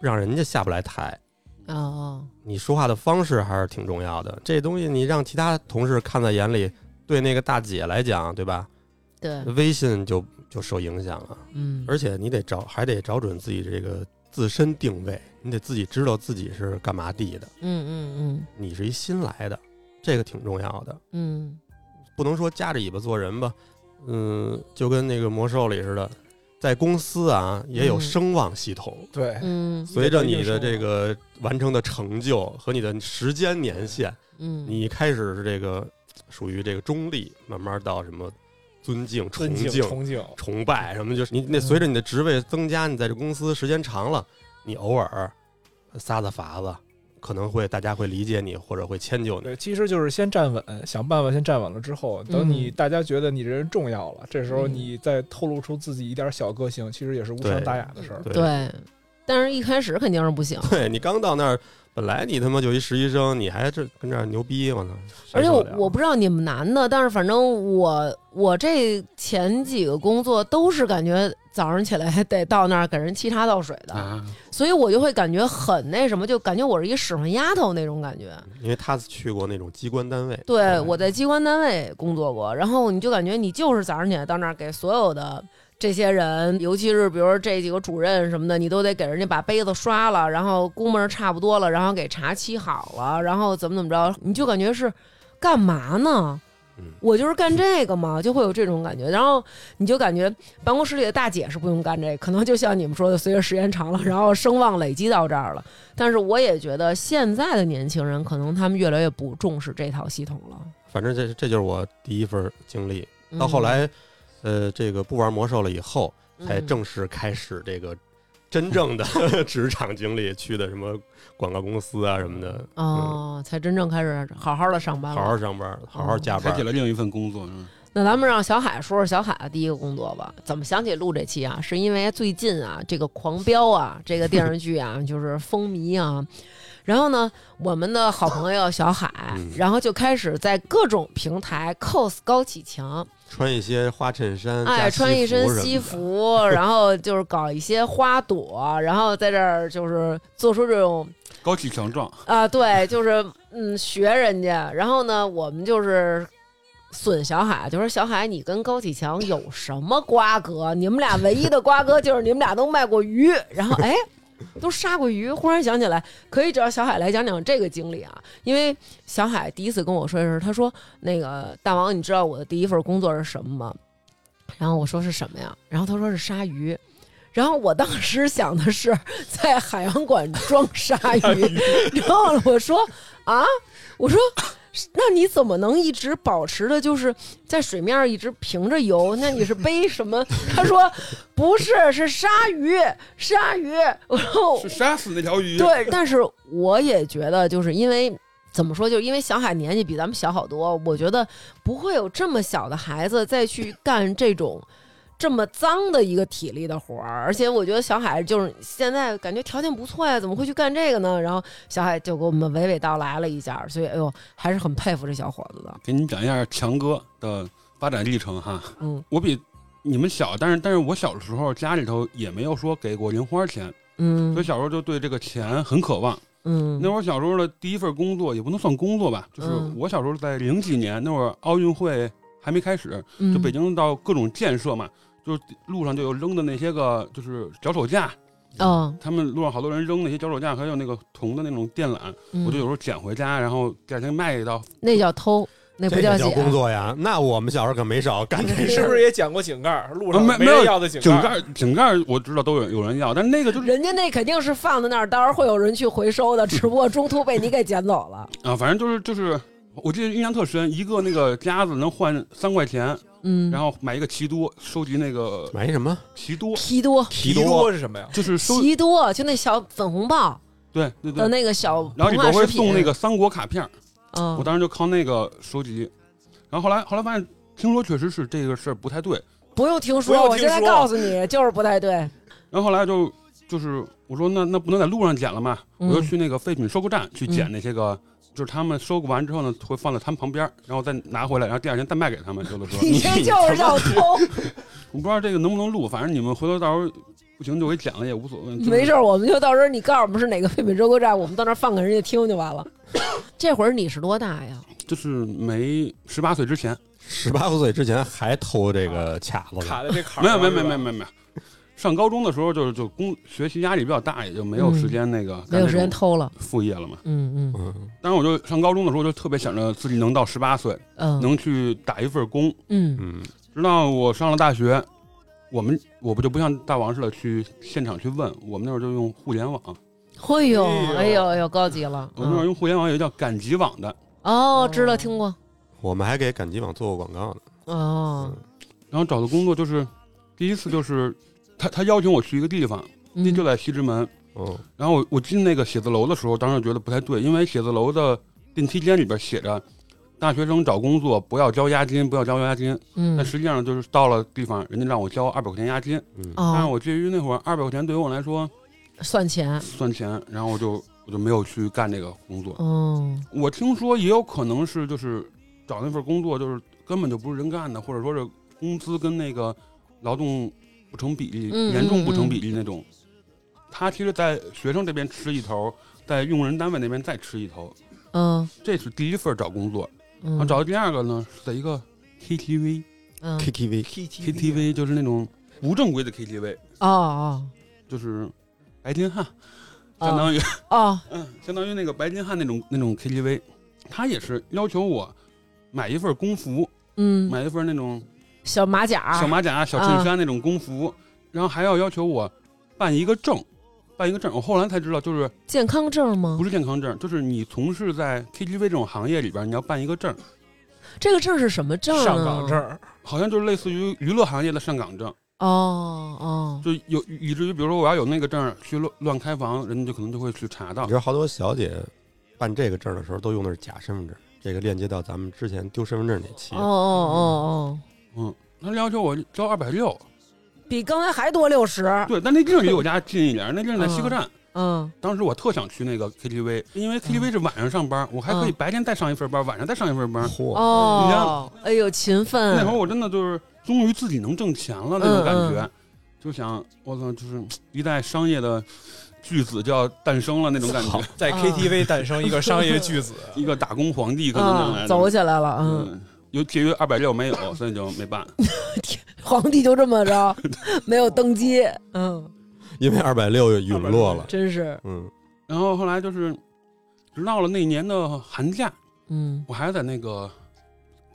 让人家下不来台，哦，你说话的方式还是挺重要的。这东西你让其他同事看在眼里，对那个大姐来讲，对吧？对，微信就就受影响了，嗯，而且你得找还得找准自己这个自身定位，你得自己知道自己是干嘛地的，嗯嗯你是一新来的，这个挺重要的。嗯嗯，不能说夹着尾巴做人吧，嗯，就跟那个魔兽里似的，在公司啊也有嗯声望系统，对，嗯随着你的这个完成的成就和你的时间年限，嗯，你开始是这个属于这个中立，慢慢到什么尊敬、崇尊敬敬、崇敬，崇拜什么，就是你那随着你的职位增加，你在这公司时间长了，你偶尔撒撒法子，可能会大家会理解你或者会迁就你。对，其实就是先站稳，想办法先站稳了之后，等你嗯大家觉得你这人重要了，这时候嗯你再透露出自己一点小个性，其实也是无对伤大雅的事儿。对对，但是一开始肯定是不行。 对你刚到那儿，本来你他妈就一实习生，你还这跟这儿牛逼，我操！谁而且受我得了我不知道你们男的，但是反正我我这前几个工作都是感觉早上起来得到那儿给人沏茶倒水的，啊，所以我就会感觉很那什么，就感觉我是一使唤丫头那种感觉。嗯因为他去过那种机关单位，嗯对，我在机关单位工作过，然后你就感觉你就是早上起来到那儿给所有的这些人，尤其是比如说这几个主任什么的，你都得给人家把杯子刷了，然后估摸着差不多了，然后给茶沏好了，然后怎么怎么着，你就感觉是干嘛呢？嗯我就是干这个嘛，就会有这种感觉。然后你就感觉办公室里的大姐是不用干这个，可能就像你们说的，随着时间长了，然后声望累积到这儿了。但是我也觉得现在的年轻人，可能他们越来越不重视这套系统了。反正这这就是我第一份经历。嗯到后来，呃，这个不玩魔兽了以后，才嗯正式开始这个真正 的职场经历，去的什么广告公司啊什么的，哦，才真正开始好好的上班好嗯了。好上班，好哦好加开班启。了另一份工作，是吧那咱们让小海说说小海的第一个工作吧。怎么想起录这期啊？是因为最近啊，这个《狂飙》啊，这个电视剧啊，就是风靡啊。然后呢，我们的好朋友小海，嗯然后就开始在各种平台 cos 高启强，穿一些花衬衫，哎，加穿一身什么西的，服，然后就是搞一些花朵，然后在这儿就是做出这种高启强壮，啊，对，就是嗯，学人家。然后呢，我们就是损小海，就说小海，你跟高启强有什么瓜葛？你们俩唯一的瓜葛就是你们俩都卖过鱼。然后哎，都杀过鱼。忽然想起来，可以找小海来讲讲这个经历啊，因为小海第一次跟我说的时候，他说那个大王，你知道我的第一份工作是什么吗？然后我说是什么呀？然后他说是鲨鱼。然后我当时想的是在海洋馆装鲨鱼，然后我说啊，我说那你怎么能一直保持的，就是在水面上一直平着游？那你是背什么？他说不是，是鲨鱼，鲨鱼。然后是杀死那条 鱼，对，但是我也觉得，就是因为怎么说，就是因为小海年纪比咱们小好多，我觉得不会有这么小的孩子再 去干这种。这么脏的一个体力的活儿，而且我觉得小海就是现在感觉条件不错呀，怎么会去干这个呢？然后小海就给我们娓娓道来了一下，所以哎呦，还是很佩服这小伙子的。给你讲一下强哥的发展历程哈。嗯我比你们小，但是但是我小的时候家里头也没有说给过零花钱，所以嗯小时候就对这个钱很渴望。嗯，那会儿小时候的第一份工作也不能算工作吧，就是嗯我小时候在零几年那会儿奥运会还没开始，嗯就北京到各种建设嘛，就是路上就有扔的那些个就是脚手架，哦，他们路上好多人扔那些脚手架，还有那个铜的那种电缆，嗯我就有时候捡回家，然后第二天卖到那叫偷，那不这也捡叫工作呀？那我们小时候可没少干 这你事是儿不。是也讲过井盖儿？路上啊没没人有要的井井盖儿，盖井盖我知道都有有人要，但是那个就是人家那肯定是放在那儿，到时候会有人去回收 的，只不过中途被你给捡走了。啊，反正就是就是，我记得印象特深，一个那个夹子能换三块钱，嗯，然后买一个奇多，收集那个买什么奇多，皮多，提多是什么呀？就是收皮多就那小粉红豹对对的对，呃那个小然膨后里化边食会品，送那个三国卡片儿，我嗯，当时就靠那个收集，然后后来后来发现，听说确实是这个事儿不太对，不用听不说，用我听现在说告诉你，就是不太 对。然后后来就就是我说那那不能在路上捡了嘛，嗯我就去那个废品收购站去捡那些个。就是他们收购完之后呢，会放在他们旁边儿，然后再拿回来，然后第二天再卖给他们，有的时候。你这就是叫偷， 我不知道这个能不能录，反正你们回头到时候不行就给剪了也无所谓。就是没事，儿，我们就到时候你告诉我们是哪个废品收购站，我们到那儿放给人家听就完了。 这会儿你是多大呀？就是没十八岁之前，十八岁之前还偷这个卡子呢，卡在这坎儿没上有没有是没有没吧有没有没有。上高中的时候就是就工学习压力比较大，也就没有时间那个嗯没干有这时间种偷了。副业了嘛。嗯嗯嗯，当然，我就上高中的时候就特别想着自己能到十八岁嗯，能去打一份工，嗯嗯，直到我上了大学，我们我不就不像大王似的去现场去问，我们那会儿就用互联网，哎呦，哎哎呦呦，哎呦，高级了。我们那会儿嗯用互联网有一个叫赶集网的，哦，知道，听过。我们还给赶集网做过广告呢。哦，然后找的工作就是第一次就是他他邀请我去一个地方，嗯就在西直门，嗯，然后我我进那个写字楼的时候，当时觉得不太对，因为写字楼的电梯间里边写着大学生找工作不要交押金，不要交押金，但嗯，实际上就是到了地方，人家让我交二百块钱押金，嗯但是哦，我介于那会儿二百块钱对于我来说算钱。算钱，然后我就我就没有去干这个工作。嗯，我听说也有可能是就是找那份工作就是根本就不是人干的，或者说是工资跟那个劳动不成比例，嗯严重不成比例那种。他其实，在学生这边吃一头，在用人单位那边再吃一头，嗯，这是第一份找工作。然后嗯，找到第二个呢，是在一个 KTV，KTV 嗯， ，KTV，就是那种不正规的 KTV，哦哦就是白金汉，相哦当于哦，嗯，相当于那个白金汉那种那种 KTV，他也是要求我买一份工服，嗯，啊买一份那种小马甲，小马甲、小衬衫那种工服，然后还要要求我办一个证，办一个证。我后来才知道，就是健康证吗不？是健康证，就是你从事在 KTV 这种行业里边，你要办一个证，这个证是什么证啊？上岗证儿，好像就是类似于娱乐行业的上岗证，哦哦，就有以至于比如说我要有那个证去乱乱开房，人家就可能就会去查到你知。道好多小姐办这个证的时候都用的是假身份证，这个链接到咱们之前丢身份证那期哦。哦嗯，他要求我交二百六，哦哦，比刚才还多六十。对，但那地儿离我家近一点，那地儿在西客站。嗯当时我特想去那个 KTV，因为 KTV 是晚上上班，我还可以嗯白天再上一份班，晚上再上一份班。嚯、你哦像，哎呦，勤奋。那会儿我真的就是终于自己能挣钱了那种感觉，嗯嗯就想我操，就是一代商业的巨子就要诞生了那种感觉，在 KTV 诞生一个商业巨子，一个打工皇帝可能将来、嗯，走起来了，嗯，嗯，有节约二百六没有，所以就没办。皇帝就这么 着，没有登基，嗯，因为二百六陨落了。真是，嗯，然后后来就是直到了那年的寒假，嗯我还在那个，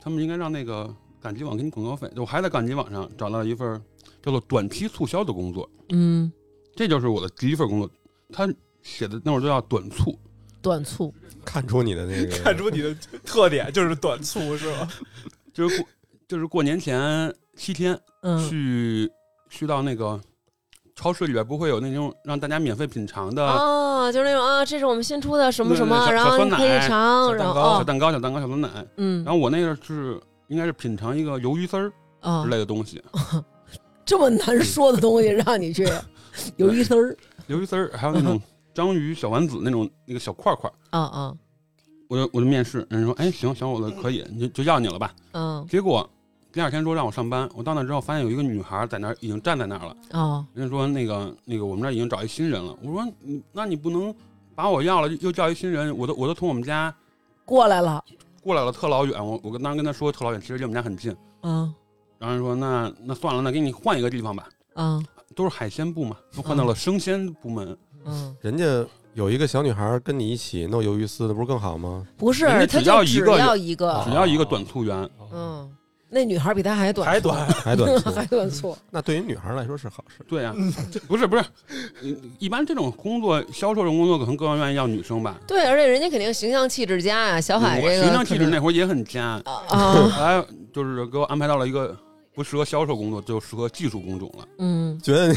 他们应该让那个赶集网给你广告费，我还在赶集网上找到一份叫做短期促销的工作，嗯，这就是我的第一份工作。他写的那会儿就叫短促，短促，看出你的那个， 看出你的特点就是短促是吧？就是过就是过年前七天嗯，去、去到那个超市里边，不会有那种让大家免费品尝的哦，就是那种啊，这是我们新出的什么什么，呃对对对然小后小你酸可以奶尝，小然蛋后糕小哦蛋糕、小蛋糕、小酸奶。嗯然，后我那个是应该是品尝一个鱿鱼丝儿啊之，类的东西，这么难说的东西让你去鱿鱼丝儿，鱿鱼丝儿还有那 种章鱼小丸子那种那个小块块。啊啊我就我就面试，人家说哎行，小伙子可以，你就就要你了吧。嗯结果第二天说让我上班，我到那之后发现有一个女孩在那儿已经站在那儿了，哦人家说那个那个我们这儿已经找一新人了。我说你那你不能把我要了又叫一新人，我都我都从我们家过来了，过来了特老远，我我跟当时跟他说特老远，其实离我们家很近。嗯然后人说那那算了，那给你换一个地方吧，嗯都是海鲜部嘛，都换到了生鲜部门。嗯，人家有一个小女孩跟你一起弄鱿鱼丝的，不是更好吗？不是，人家他只就要一只个哦要一个啊，只要一个短促员，嗯，那女孩比他还短，还 短，还短促，还短促，嗯那对于女孩来说是好事。对呀、不是不是，嗯一般这种工作销售这种工作可能更愿意要女生吧。对，而且人家肯定形象气质佳呀，小海我这个形象气可质能那会儿也很佳，啊啊，后来就是给我安排到了一个不适合销售工作，就适合技术工种了。嗯，觉得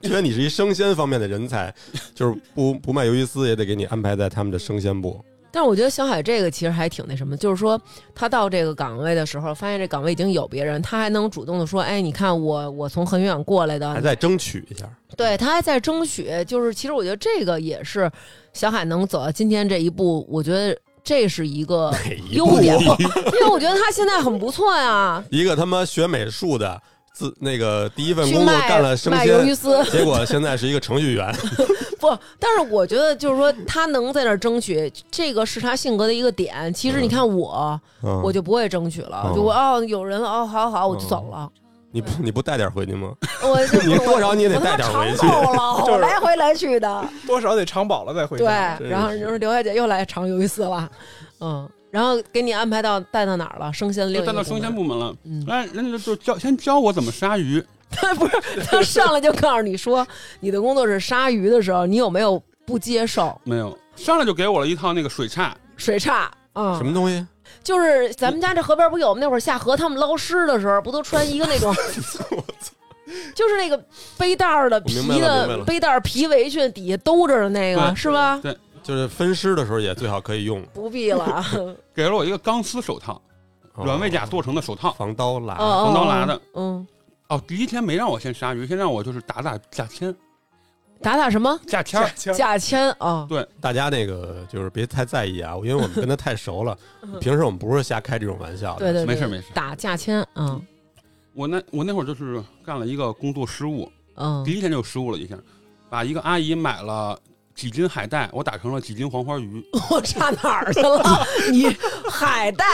你 觉得你是一生鲜方面的人才，就是不不卖鱿鱼丝也得给你安排在他们的生鲜部。但是我觉得小海这个其实还挺那什么，就是说他到这个岗位的时候，发现这岗位已经有别人，他还能主动的说，哎，你看我我从很远过来还的，在争取一下。对他还在争取，就是其实我觉得这个也是小海能走到今天这一步，我觉得这是一个优点，因为我觉得他现在很不错呀， 一个他妈学美术的，自那个第一份去工作卖干了生卖鱿鱼鲜，丝，结果现在是一个程序员。 不，但是我觉得就是说他能在那儿争取，这个是他性格的一个点。其实你看我，嗯我就不会争取了，嗯就我哦有人了哦好好我就走了。你不你不带点回去吗？ 我就你多少你也得我他带点妈回去尝够 了，就是我来回来去的。多少得长饱了再回对，家。然后就是刘小姐又来尝鱿鱼丝了，嗯，然后给你安排到带到哪儿了？生鲜另就一带个到生鲜部门了。部门，嗯哎，人家就教先教我怎么杀鱼，他不是他上来就告诉你说你的工作是杀鱼的时候，你有没有不接受没有，上来就给我了一套那个水叉，水叉啊？什么东西？ 就是咱们家这河边不有吗？那会儿下河，他们捞尸的时候，不都穿一个 那种，就是那个背带儿的我明皮白了明白的了背带儿皮围裙，底下兜着的那个对是吧？就是分尸的时候也最好可以用不必 了，啊哦给了我一个钢丝手套，哦软猬甲做成的手套。防刀剌。哦，横刀拿的哦，嗯，哦，第一天没让我先杀鱼，先让我就是打打价签，打打什么价签儿。枪假签啊？大家那个就是别太在意啊，因为我们跟他太熟了嗯，平时我们不是瞎开这种玩笑对的。对，对没事没事打假签，嗯我那我那会儿就是干了一个工作失误，第嗯，一天就失误了一下，把一个阿姨买了几斤海带，我打成了几斤黄花鱼。 我差哪儿去了？ 你海带、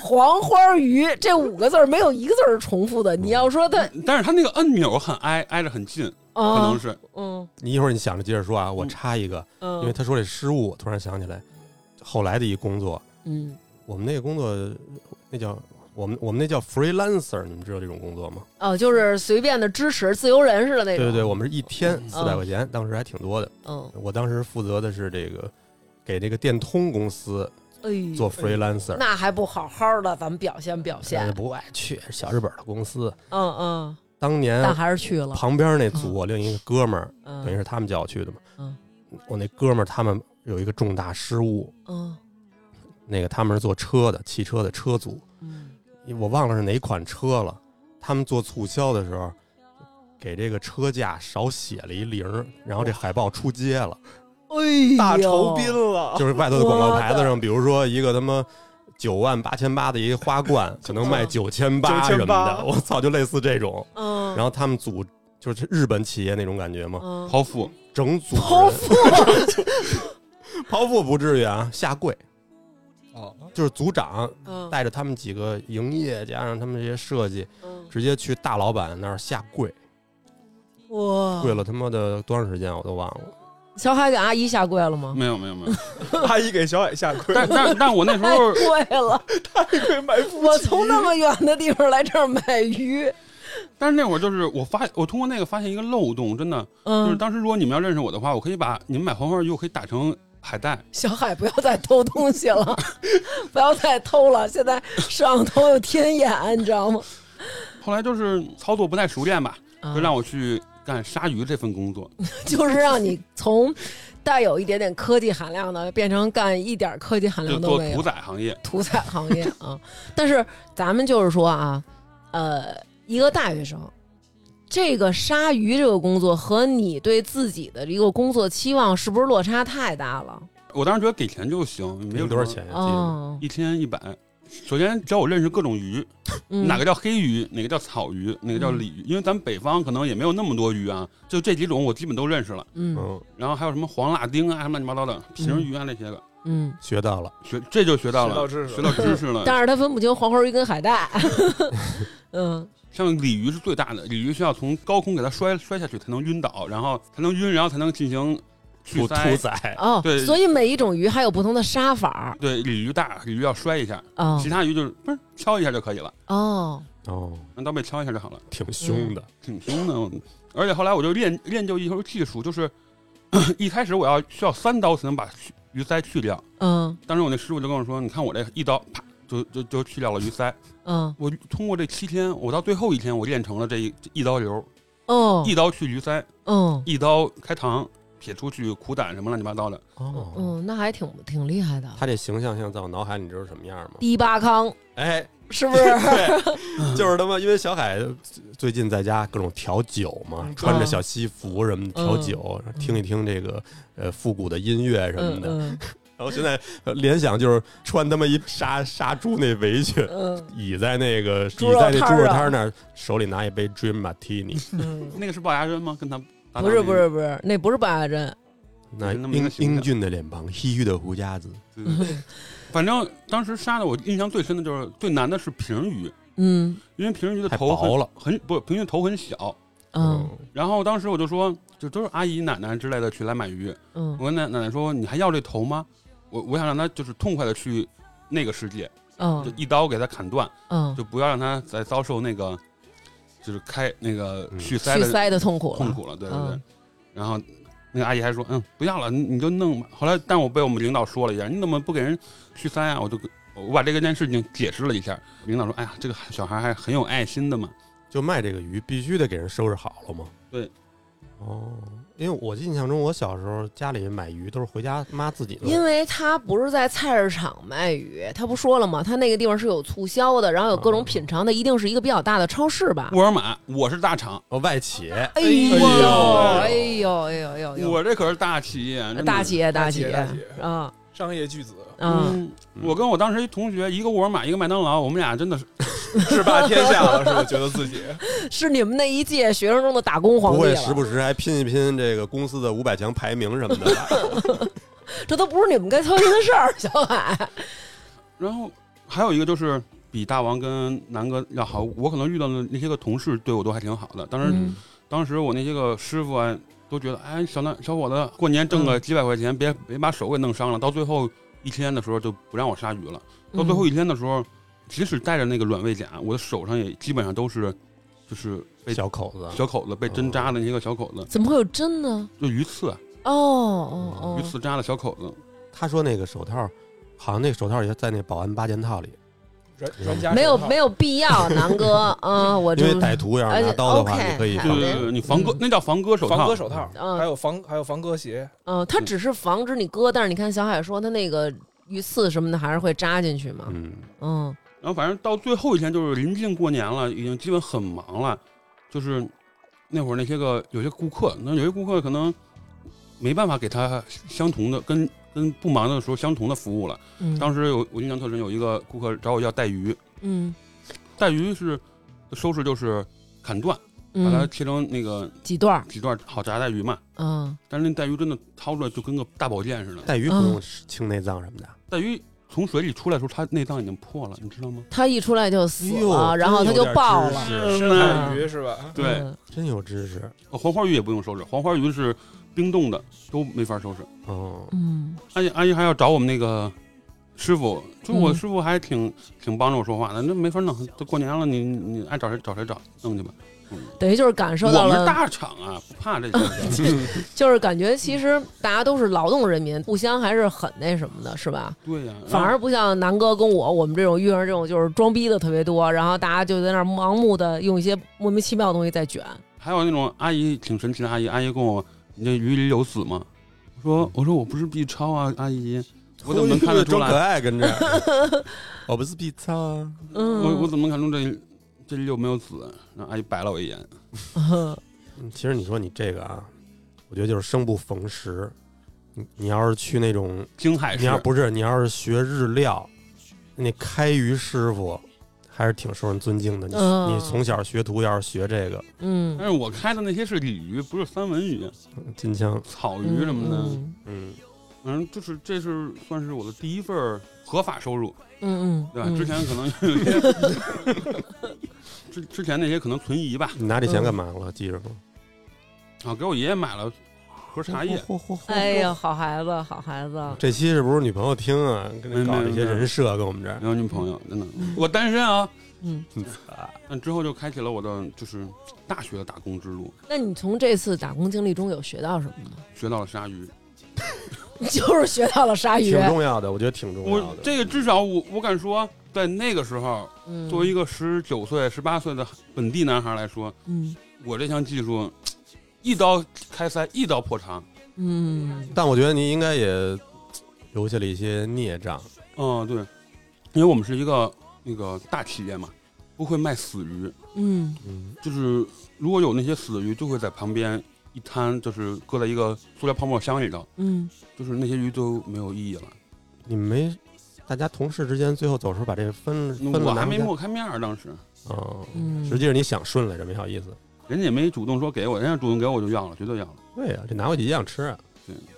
黄花鱼这五个字儿没有一个字儿是重复的。你要说他但是他那个按钮很挨，挨着很近，嗯可能啊，是嗯你一会儿你想着接着说啊，我插一个，因为嗯他说这失误，我突然想起来，后来的一工作，嗯我们那个工作那叫我们我们那叫 freelancer，你们知道这种工作吗？哦，就是随便的支持自由人似的那对种。对对，我们是一天四百块钱，当时还挺多的。嗯，我当时负责的是这个给这个电通公司哎呦，做 freelancer，那还不好好的，咱们表现表现哎。不爱去小日本的公司。嗯嗯，当但年还是去了。旁边那组我另一个哥们儿，等于嗯是他们叫我去的嘛。嗯我那哥们儿他们有一个重大失误，嗯那个他们是做车的，汽车的车组，嗯，我忘了是哪款车了。他们做促销的时候，给这个车价少写了一零儿，然后这海报出街了，哎呦，大酬宾了，就是哦外头的广告牌子我上，比如说一个他妈。九万八千八的一个花冠，可能卖嗯九千八9800什么的，我操，就类似这种。嗯，然后他们组就是日本企业那种感觉嘛，嗯剖腹。整组人剖腹， 剖腹不至于啊，下跪哦，就是组长嗯带着他们几个营业加上他们这些设计，嗯直接去大老板那儿下跪，哇，跪了他妈的多长时间我都忘了。小海给阿姨下跪了吗？没有没有没有，阿姨给小矮下跪，但但但我那时太候贵了，跪埋伏我从那么远的地方来这儿买鱼，但是那会儿就是我发，我通过那个发现一个漏洞，真的就是嗯，当时如果你们要认识我的话，我可以把你们买黄花鱼，我可以打成海带。小海不要再偷东西了， 不要再偷了，现在摄像头有天眼，你知道吗？后来就是操作不太熟练吧，就啊让我去干鲨鱼这份工作。就是让你从带有一点点科技含量的，变成干一点科技含就量都做没有屠。宰行业。屠宰行业啊。但是咱们就是说啊，呃，一个大学生，这个杀鱼这个工作和你对自己的一个工作期望是不是落差太大了？我当时觉得给钱就行，没有多少，钱呀？记得哦，一天一百。首先，只要我认识各种鱼，嗯哪个叫黑鱼，哪个叫草鱼，哪个叫鲤鱼，因为咱们北方可能也没有那么多鱼啊，就这几种我基本都认识了。嗯嗯，然后还有什么黄辣丁啊，什么乱七八糟的平鱼啊那些个，嗯，学到了。学这就学到学到了，知识了学到知 识了。但是他分不清黄花鱼跟海带。嗯像鲤鱼是最大的，鲤鱼需要从高空给它摔摔下去才能晕倒，然后才能晕，然后才能进行去屠屠鳃。宰，哦对，所以每一种鱼还有不同的杀法对，鲤鱼大，鲤鱼要摔一下，哦其他鱼就是不是敲一下就可以了，哦，哦，让刀背敲一下就好了。嗯挺凶的。挺凶的。我而且后来我就练练就一头技术，就是 一开始我要需要三刀才能把鱼鳃去掉。嗯当时我那师傅就跟我说：“你看我这一刀，啪就就就去掉了鱼鳃。嗯我通过这七天，我到最后一天，我练成了这一这一刀流，哦一刀去鱼鳃，嗯一刀开膛，撇出去苦胆什么乱七八糟的。哦，嗯，那还挺挺厉害的。他这形象现在在我脑海里，你知道是什么样吗？第八康哎，是不是？ 对，就是他妈，因为小海最近在家各种调酒嘛嗯，穿着小西服什么的嗯调酒，听一听这个呃复古的音乐什么嗯的。嗯然后现在呃联想就是穿他妈一杀杀猪那围裙，嗯倚在那个猪肉倚在那猪摊儿肉啊摊儿那儿，手里拿一杯 Dream Martini，嗯。那个是龅牙针吗？跟他打打不是那个不是不是，那不是八牙针，那那么一个英形象英俊的脸庞，唏嘘的胡渣子，对，对对 反正当时杀的我印象最深的就是最难的是平鱼，嗯因为平鱼的太头薄很了。很不平鱼头很小，嗯然后当时我就说，就都是阿姨、奶奶之类的去来买鱼。嗯我跟奶奶奶说：“你还要这头吗？”我我想让她就是痛快的去那个世界，就嗯一刀给她砍断，嗯，就不要让她再遭受那个就是开那个嗯续塞去的塞的痛苦了，痛苦了，对对对。嗯然后那个阿姨还说，嗯，不要了，你你就弄吧。后来，但我被我们领导说了一下，你怎么不给人去塞啊？我就我把这个件事情解释了一下，领导说，哎呀，这个小孩还很有爱心的嘛。就卖这个鱼必须得给人收拾好了嘛。对，哦，因为我印象中我小时候家里买鱼都是回家妈自己弄，因为他不是在菜市场卖鱼，他不说了吗？他那个地方是有促销的，然后有嗯各种品尝的，一定是一个比较大的超市吧？沃尔玛，我是大厂，哦外 企，哎呦，哎哎呦，哎呦，哎呦，哎呦我这可是大企业，真的大企。业，大企企业大企业啊商业巨子，啊！嗯，我跟我当时一同学，一个沃尔玛，一个麦当劳，我们俩真的是制霸天下了，是我觉得自 己是你们那一届学生中的打工皇不帝会时了，不时还拼一拼这个公司的五百强排名什么的吧。 这都不是你们该操心的事儿，小海。然后还有一个就是比大王跟南哥要好，我可能遇到的那些个同事对我都还挺好的。当时、嗯当时我那些个师傅啊，都觉得，哎，小南小伙子，过年挣个几百块钱，别别把手给弄伤了。到最后一天的时候就不让我杀鱼了。到最嗯后一天的时候，即使带着那个软胃甲，我的手上也基本上都是，就是被小口子，啊小口子被针扎的那些个小口子，怎么会有针呢？就鱼刺啊，哦哦鱼哦，刺扎的小口子。他说那个手套，好像那手套也在那保安八件套里，专专家没有手套没有必要，南哥啊，我因这为歹徒要是拿刀的话，而且你可以好放对的对对，你防割嗯那叫防割手套，防割手套，嗯还有防还有防割鞋，嗯，它只是防止你割，但是你看小海说他那个鱼刺什么的还是会扎进去嘛，嗯，嗯然后反正到最后一天就是临近过年了，已经基本很忙了，就是那会儿那些个有些顾客，那有些顾客可能没办法给他相同的跟跟不忙的时候相同的服务了。嗯，当时有我印象特深，有一个顾客找我要带鱼，嗯带鱼是收拾就是砍断，把它嗯切成那个几段儿，几段好炸带鱼嘛。嗯但是那带鱼真的掏出来就跟个大宝剑似的，带鱼不用清内脏什么的，带鱼从水里出来的时候，它内脏已经破了，你知道吗？他一出来就死哎呦了，然后他就爆了，真有点知识深海鱼是吧？对嗯真有知识，呃黄花鱼也不用收拾，黄花鱼是冰冻的，都没法收拾。嗯，嗯阿姨阿姨还要找我们那个师傅，就我嗯师傅还挺、挺帮着我说话的，那没法弄，都过年了，你你你爱找谁找谁找，弄去吧。等于就是感受我到们是了，大厂啊，不怕这些。就是感觉其实大家都是劳动人民，互相还是很那什么的，是吧？对呀、反而不像南哥跟我，我们这种遇上这种就是装逼的特别多，然后大家就在那儿盲目的用一些莫名其妙的东西在卷，还有那种阿姨挺神奇的阿姨，阿姨跟我，你这鱼里有籽吗？我说我说我不是 B 超啊，阿姨，我怎 么能看得出哎装可来？爱跟这儿？ 我不是 B 超啊，嗯，我我怎么能看出这这里有没有籽？然后阿姨白了我一眼。嗯其实你说你这个啊，我觉得就是生不逢时。你你要是去那种，京海你市要，不是你要是学日料，那开鱼师傅还是挺受人尊敬的。你、嗯你从小学徒要是学这个嗯但是我开的那些是鲤鱼，不是三文鱼、金枪，草鱼什么的。嗯嗯，反正就是这是算是我的第一份儿合法收入，嗯嗯，对吧？嗯之前可能有些，之之前那些可能存疑吧。你拿这钱干嘛了？记着吗？啊，给我爷爷买了哦盒茶叶，哎呀，好孩子，好孩子，这期是不是女朋友听啊？跟你搞这些人设跟我们这儿没有女朋友，真的，我单身啊。嗯，那之后就开启了我的就是大学的打工之路，那你从这次打工经历中有学到什么吗？学到了鲨鱼。 就是学到了鲨鱼挺，重要的，我觉得挺重要我的。嗯这个至少我我敢说，在那个时候，嗯，作为一个十九岁、十八岁的本地男孩来说，嗯我这项技术一刀开塞，一刀破肠。嗯但我觉得你应该也留下了一些孽障。嗯，对，因为我们是一个那个大企业嘛，不会卖死鱼，嗯嗯，就是如果有那些死鱼，就会在旁边一摊，就是搁在一个塑料泡沫箱里头，嗯，就是那些鱼都没有意义了。你们没，大家同事之间最后走的时候把这个分了分了嗯我还拿回没家抹开面儿，当时哦嗯实际上你想顺来着，没好意思。人家也没主动说给我，人家主动给我我就要了，绝对要了。对呀、这拿回去一样吃啊，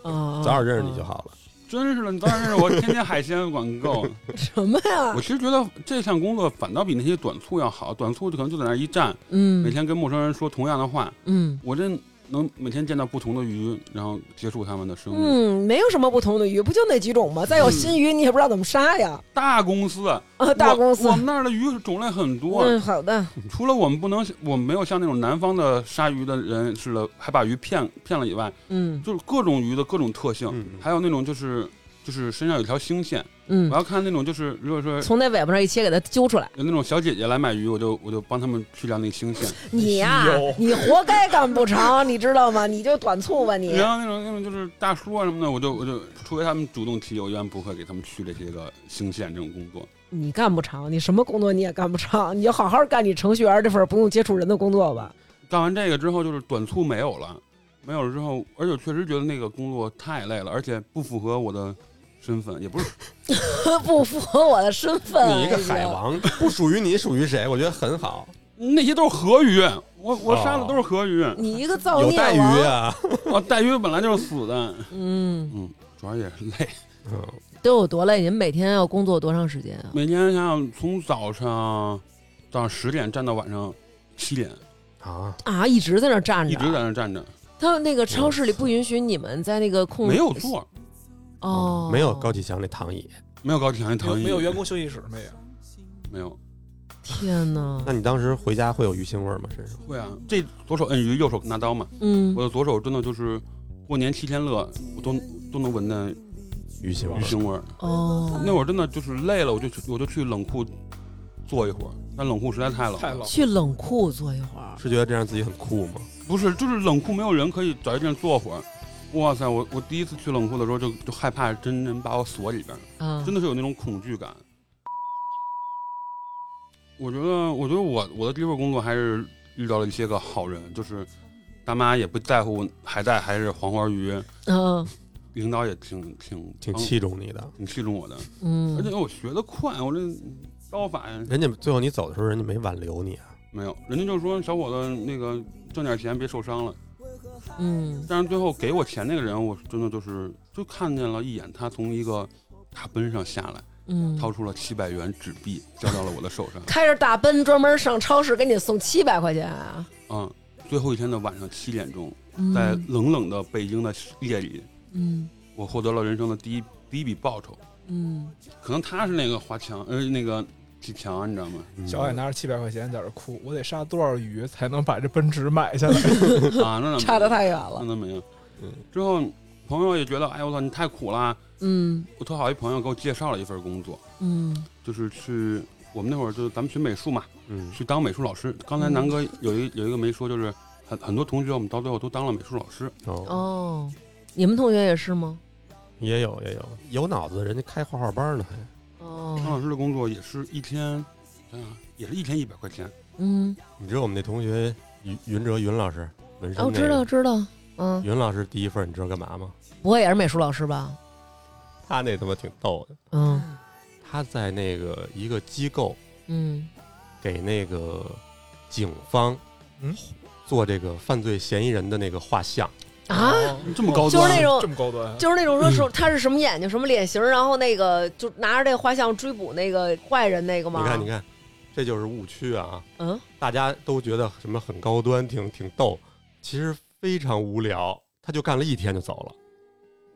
啊，早点认识你就好了。真是的，你当然是我天天海鲜管够。啊。什么呀我？其实觉得这项工作反倒比那些短促要好，短促就可能就在那儿一站，每嗯天跟陌生人说同样的话。嗯我这能每天见到不同的鱼，然后接触它们的生命。嗯，没有什么不同的鱼，不就那几种吗？再有新鱼，你也不知道怎么杀呀。大公司，啊，大公司我，我，们那儿的鱼种类很多，啊嗯，好的，除了我们不能，我们没有像那种南方的杀鱼的人似的，还把鱼骗骗了以外，嗯就是各种鱼的各种特性，嗯，还有那种就是就是身上有一条星线，嗯我，要看那种就是如果说从那尾巴上一切给它揪出来。有那种小姐姐来买鱼，我就我就帮他们去掉那个 星线，你呀、哎有你活该干不长，你知道吗？ 你就短促吧你。然后那种那种就是大叔啊什么的，我就我就除非他们主动提，我一般不会给他们去这些个星线这种工作。你干不长，你什么工作你也干不长，你就好好干你程序员这份不用接触人的工作吧。干完这个之后，就是短促没有了，没有了之后，而且确实觉得那个工作太累了，而且不符合我的身份，也不是 不符合我的身份。你一个哎海，呀王，不属于你，属于谁？我觉得很 好，那些都是河鱼，我我哦杀的都是河鱼，你一个造有孽待遇王。啊。 哦，带鱼本来就是 死的，嗯，嗯，主要也是累，嗯，都有多累？你们每天要工作多长时间啊？每天想想从早上早上十点站到晚上七点，啊，啊，一直在那儿站一直着。在那站着，他那个超市里不允许你们在那个嗯空没有座，哦，没有高启强那躺椅。没有高体强没有躺椅，没有员工休息室没有？没有，天哪那，你当时回家会有鱼腥味儿吗？身上？会啊，这左手摁鱼，右手拿刀嘛，嗯我，的左手真的就是过年七天乐，我都都能闻到鱼鱼腥味儿。腥味儿。哦，那会儿真的就是累了，我就去我就去冷库坐一会儿，但冷库实在太冷了，太冷了，去冷库坐一会儿。是觉得这样自己很酷吗？不是，就是冷库没有人可以找一地儿坐会儿。哇塞，我我第一次去冷库的时候就就害怕真人把我锁里边儿，啊，真的是有那种恐惧感。我觉得，我觉得我我的第一份工作还是遇到了一些个好人，就是大妈也不在乎海带还是黄花鱼，嗯领导也挺挺挺帮器重你的。挺器重我的，而且嗯，我学的快，我这刀法人家最后你走的时候，人家没挽留你啊。没有，人家就说小伙子那个挣点钱别受伤了。嗯但是最后给我钱那个人，我真的就是就看见了一眼，他从一个大奔上下来，嗯，。掏出了七百元纸币交到了我的手上开着大奔专门上超市给你送七百块钱啊，嗯，最后一天的晚上七点钟，嗯在冷冷的北京的夜里，嗯我获得了人生的第一第一笔报酬。嗯，可能他是那个华强，呃，那个启强，你知道 吗？小海拿着七百块钱在这儿哭，我得杀多少鱼才能把这奔驰买下来？啊，那差得太太远了。那没有嗯。之后朋友也觉得，哎我操，你太苦了。嗯我特好一朋友给我介绍了一份工作，嗯就是去我们那会儿就是咱们学美术嘛，嗯，去当美术老师。刚才嗯南哥有一有一个没说，就是很很多同学我们到最后都当了美术老师，哦，哦，你们同学也是吗？也有也有有脑子的人家开画画班呢，还当哦，老师的工作也是一天，想想也是一天一百块钱。嗯，你知道我们那同学云云哲云老师，纹身哦，那知道个知道，嗯，云老师第一份你知道干嘛吗？不会也是美术老师吧？他那他妈挺逗的，嗯他在那个一个机构嗯给那个警方，嗯，做这个犯罪嫌疑人的那个画像， 啊，哦这么高就端是那种这么高端啊，就是那种说是他是什么眼睛、什么脸型，然后那个就拿着这个画像追捕那个坏人那个吗？你看你看，这就是误区啊！嗯，大家都觉得什么很高端，挺挺逗，其实非常无聊。他就干了一天就走了。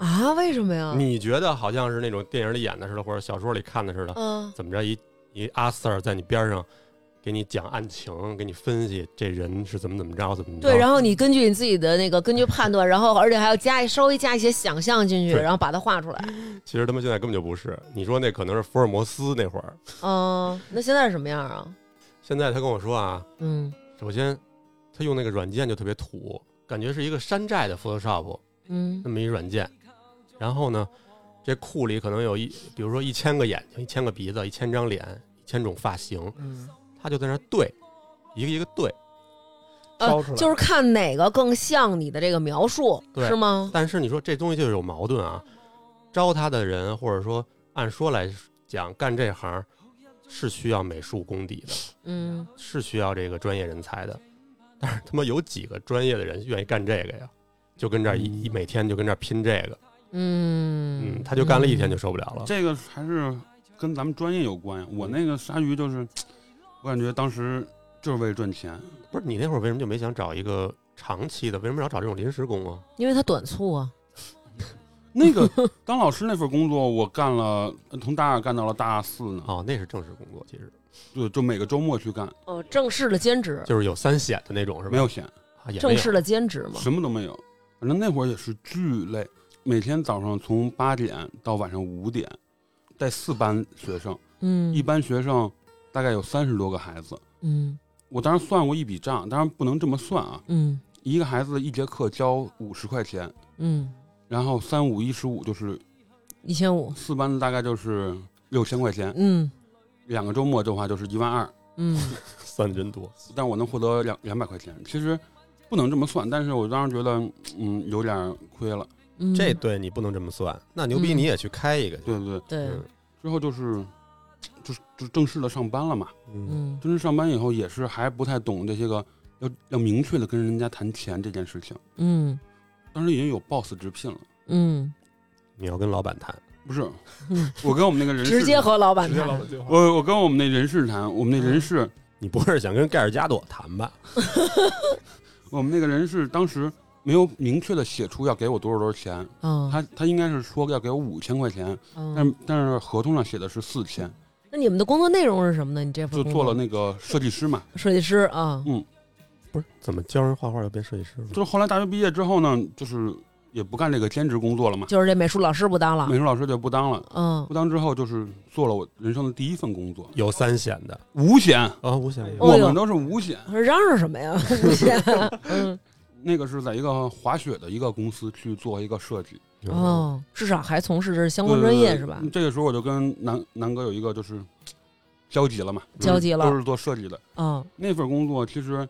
啊，为什么呀？你觉得好像是那种电影里演的似的，或者小说里看的似的，嗯怎么着一一阿 Sir 在你边上给你讲案情，给你分析这人是怎么怎么着，怎么怎么着。对，然后你根据你自己的那个根据判断，然后而且还要加一稍微加一些想象进去，对然后把它画出来。其实他们现在根本就不是。你说那可能是福尔摩斯那会儿。嗯，那现在是什么样啊？现在他跟我说啊，嗯首先他用那个软件就特别土，感觉是一个山寨的 Photoshop 嗯那么一软件。然后呢，这库里可能有一，比如说一千个眼睛、一千个鼻子、一千张脸、一千种发型，嗯，他就在那儿对，一个一个对。挑出来啊就是看哪个更像你的这个描述，对是吗？但是你说这东西就有矛盾啊，招他的人或者说按说来讲干这行是需要美术功底的，嗯，是需要这个专业人才的，但是他妈有几个专业的人愿意干这个呀？就跟这儿一一每天就跟这儿拼这个，嗯嗯，他就干了一天就受不了了。这个还是跟咱们专业有关。我那个鲨鱼就是，我感觉当时就是为了赚钱，不是你那会儿为什么就没想找一个长期的，为什么要找这种临时工啊？因为他短促啊。那个当老师那份工作，我干了，呃从大二干到了大四嗯呢，哦，那是正式工作，其实对，就每个周末去干，哦，正式的兼职，就是有三险的那种，是吧？没有钱，啊，也没嗯正有式的兼职嘛。什么都没有。反正那会儿也是巨累，每天早上从八点到晚上五点，带四班学生，嗯，一班学生大概有三十多个孩子。嗯我当时算过一笔账，当然不能这么算啊，嗯一个孩子一节课交五十块钱，嗯，然后三五一十五就是一千五，四班的大概就是六千块钱，嗯两个周末的话就是一万二，嗯，算真多，但我能获得两两百块钱。其实不能这么算，但是我当时觉得，嗯，有点亏了。嗯这对你不能这么算。那牛逼，嗯你也去开一个去。对对对，对，嗯之后就是就是就正式的上班了嘛。嗯，嗯正式上班以后也是还不太懂这些个，要要明确的跟人家谈钱这件事情。嗯当时已经有 boss 直聘了，嗯，你要跟老板谈，不 是嗯我跟我们那个人事直接和嗯老板直接老谈，板电话。我我跟我们那人事谈，我们那人事、你不是想跟盖尔加朵谈吧？我们那个人事当时没有明确的写出要给我多少多少钱，嗯，他他应该是说要给我五千块钱，但嗯，是但是合同上写的是四千，那你们的工作内容是什么呢？你这份就工做作了嗯那个设计师嘛。设计师啊，不是，怎么教人画画要变设计师了？就是后来大学毕业之后呢，就是也不干这个兼职工作了嘛，就是这美术老师不当了美，术老师就不当了。嗯不当之后就是做了我人生的第一份工作，有三险的五险，啊，无险哎呦哦我哟们都是五险。嚷嚷什么 呀？无限，嗯，那个是在一个滑雪的一个公司去做一个设计，哦，哦，至少还从事这相关专业对是吧？这个时候我就跟南南哥有一个就是交集了嘛，交集了都是做设计的。嗯那份工作其实，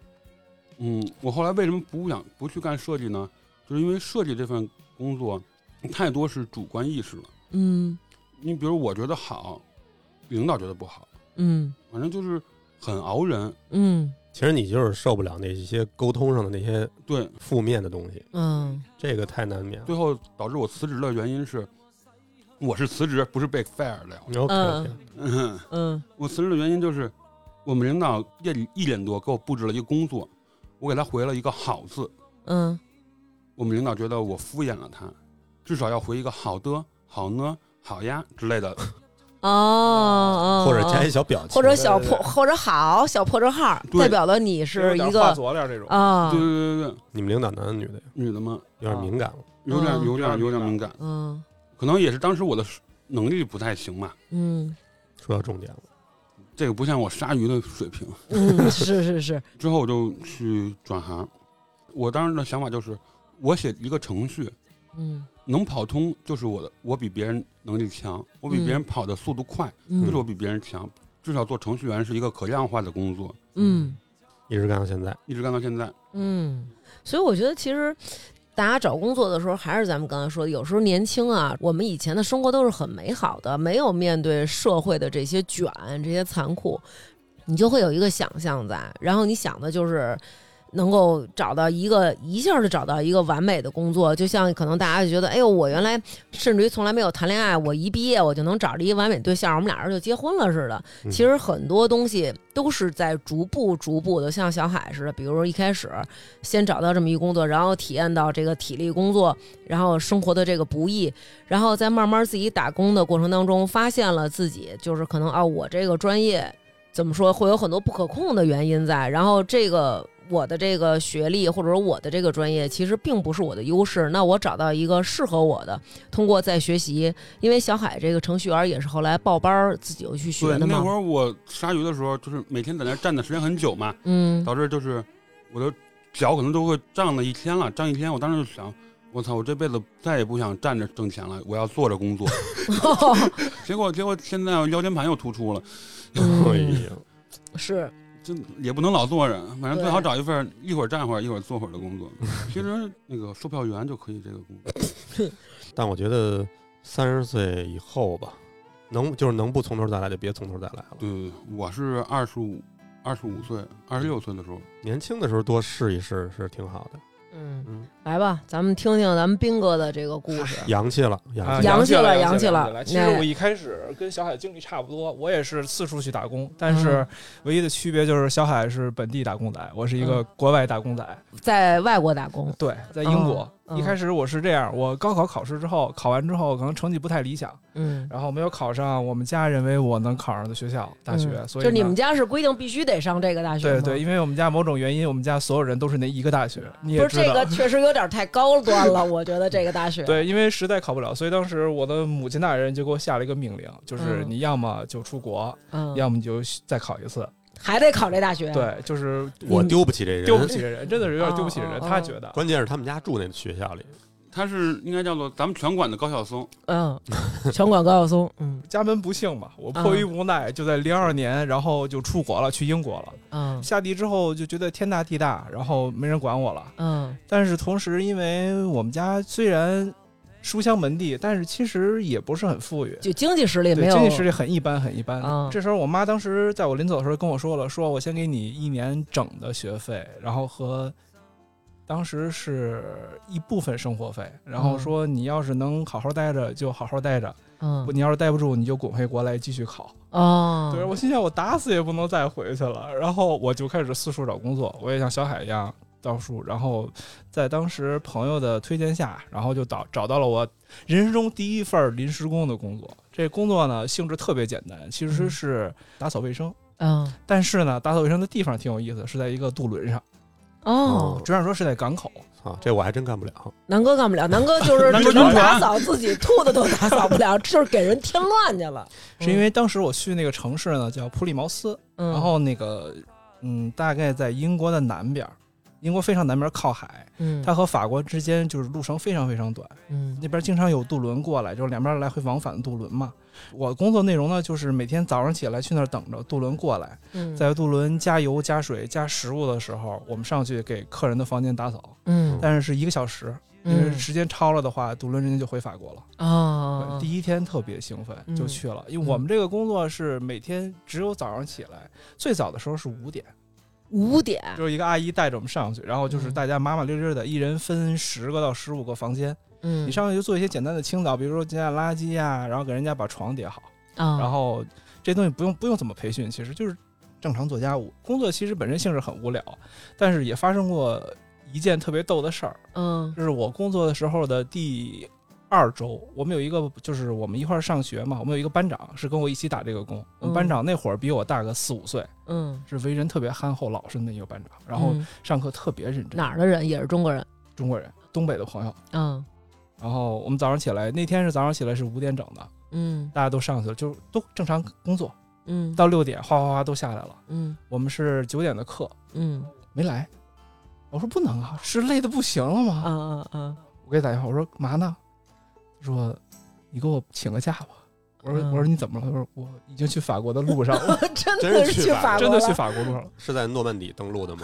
嗯，我后来为什么不想不去干设计呢？就是因为设计这份工作太多是主观意识了。嗯你比如我觉得好，领导觉得不好，嗯反正就是很熬人。嗯其实你就是受不了那些沟通上的那些对，负面的东西，嗯，这个太难免了。最后导致我辞职的原因是，我是辞职，不是被 fire 的呀。 OK，嗯嗯，嗯我辞职的原因就是，我们领导夜里一点多给我布置了一个工作，我给他回了一个好字，嗯我们领导觉得我敷衍了他，至少要回一个好的、好呢、好呀之类的。哦哦，或者加哦一小表情，或者小破对对对或者好小破折号，对代表了你是有一点化个佐料这种，啊对，对对对，你们领导男的女的呀？女的嘛，有点敏感了。有点嗯啊有点有点敏感，嗯可能也是当时我的能力不太行吧，嗯说到重点了，这个不像我鲨鱼的水平。嗯，是是是，之后我就去转行，我当时的想法就是，我写一个程序嗯能跑通就是我的，我比别人能力强，我比嗯别人跑的速度快，就是我嗯比别人强。至少做程序员是一个可量化的工作，嗯一直干到现在，一直干到现在。嗯，所以我觉得其实。大家找工作的时候，还是咱们刚才说的，有时候年轻啊，我们以前的生活都是很美好的，没有面对社会的这些卷、这些残酷，你就会有一个想象在，然后你想的就是能够找到一个一下就找到一个完美的工作，就像可能大家就觉得，哎呦，我原来甚至于从来没有谈恋爱，我一毕业我就能找着一个完美对象，我们俩人就结婚了似的。嗯其实很多东西都是在逐步逐步的，像小海似的，比如说一开始先找到这么一工作，然后体验到这个体力工作，然后生活的这个不易，然后在慢慢自己打工的过程当中，发现了自己就是可能啊，我这个专业怎么说会有很多不可控的原因在，然后这个我的这个学历或者说我的这个专业其实并不是我的优势，那我找到一个适合我的，通过再学习，因为小海这个程序员也是后来报班儿自己又去学对，的那会嘛，儿我鲨鱼的时候，就是每天在那站的时间很久嘛，嗯导致就是我的脚可能都会胀了一天了，胀一天。我当时就想，我操，我这辈子再也不想站着挣钱了，我要坐着工 作。结果结果现在我腰间盘又突出了，哎嗯，呀，是， 这也不能老坐着，反正最好对找一份一会儿站会儿一会儿坐会儿的工作。其实那个售票员就可以这个工作，但我觉得三十岁以后吧，能就是能不从头再来就别从头再来了。对，呃我是二十五、二十五岁、二十六岁的时候，年轻的时候多试一试是挺好的。嗯，嗯，来吧，咱们听听咱们斌哥的这个故事。洋气了，啊洋气了，洋洋气了洋洋气了哎了。其实那我一开始跟小海经历差不多，我也是四处去打工，嗯但是唯一的区别就是小海是本地打工仔，我是一嗯个国外打工仔。在外国打工，对，在英国哦。嗯一开始我是这样，我高考考试之后，考完之后可能成绩不太理想，嗯，然后没有考上我们家认为我能考上的学校大学，嗯所以就你呢们家是规定必须得上这个大学对吗哦对，，因为我们家某种原因，我们家所有人都是那一个大学，你也不是知这道。个确实有点太高端了，我觉得这个大学， 对，因为实在考不了，所以当时我的母亲大人就给我下了一个命令，就是嗯你要么就出国，嗯，要么你就再考一次。还得考这大学，，对，就是我丢不起嗯这人，嗯丢不起这人，真的是有点丢不起这哦人。哦哦他觉得，关键是他们家住那学校里，他是应该叫做咱们拳馆的高晓松， 嗯，全管高晓松，嗯家门不幸嘛，我迫于无奈，就在零二年，然后就出国了，去英国了。嗯下地之后就觉得天大地大，然后没人管我了。嗯但是同时，因为我们家虽然书香门第，但是其实也不是很富裕，就经济实力对，没有，经济实力很一般，很一般。嗯这时候我妈当时在我临走的时候跟我说了，说我先给你一年整的学费，然后和当时是一部分生活费，然后说你要是能好好待着就好好待着，嗯不，你要是待不住你就滚回国来继续考。哦，对我心想我打死也不能再回去了，然后我就开始四处找工作，我也像小海一样。到处，然后在当时朋友的推荐下，然后就找找到了我人生中第一份临时工的工作。这工作呢性质特别简单，其实是打扫卫生，嗯但是呢打扫卫生的地方挺有意思，是在一个渡轮上，哦嗯，只想说是在港口。啊，这我还真干不了。南哥干不了，南哥就 是南只哥能晕打船扫自己兔子都打扫不了，就是给人添乱去了，是因为当时我去那个城市呢叫普利茅斯，嗯，然后那个嗯大概在英国的南边儿，英国非常南边儿靠海，嗯它和法国之间就是路程非常非常短，嗯那边经常有渡轮过来，就是两边来回往返的渡轮嘛。我工作内容呢，就是每天早上起来去那儿等着渡轮过来，嗯在渡轮加油、加水、加食物的时候，我们上去给客人的房间打扫，嗯但是是一个小时，因为嗯时间超了的话，渡轮人家就回法国了。哦，第一天特别兴奋，嗯就去了，因为我们这个工作是每天只有早上起来，最早的时候是五点，五点，就是一个阿姨带着我们上去，然后就是嗯大家麻麻溜溜的，一人分十个到十五个房间。嗯，你上去就做一些简单的清扫，比如说捡捡垃圾呀、然后给人家把床叠好，啊，然后这东西不用不用怎么培训，其实就是正常做家务工作。其实本身性质很无聊，但是也发生过一件特别逗的事儿，嗯就是我工作的时候的第二周，我们有一个就是我们一块儿上学嘛，我们有一个班长是跟我一起打这个工，我们班长那会儿比我大个四五岁，嗯，是为人特别憨厚老实的那么一个班长，然后嗯上课特别认真，哪儿的人也是中国人，中国人，东北的朋友。嗯然后我们早上起来，那天是早上起来是五点整的，嗯大家都上去了，就都正常工作，嗯到六点哗哗哗都下来了。嗯我们是九点的课，嗯没来。我说不能啊，是累的不行了吗？啊啊啊，我给他打电话，我说嘛呢？他说你给我请个假吧。我说、嗯我说你怎么了？他说我已经去法国的路上 了， 真真的是是去去法法国真的去了，法国路上了，是在诺曼底登陆的吗？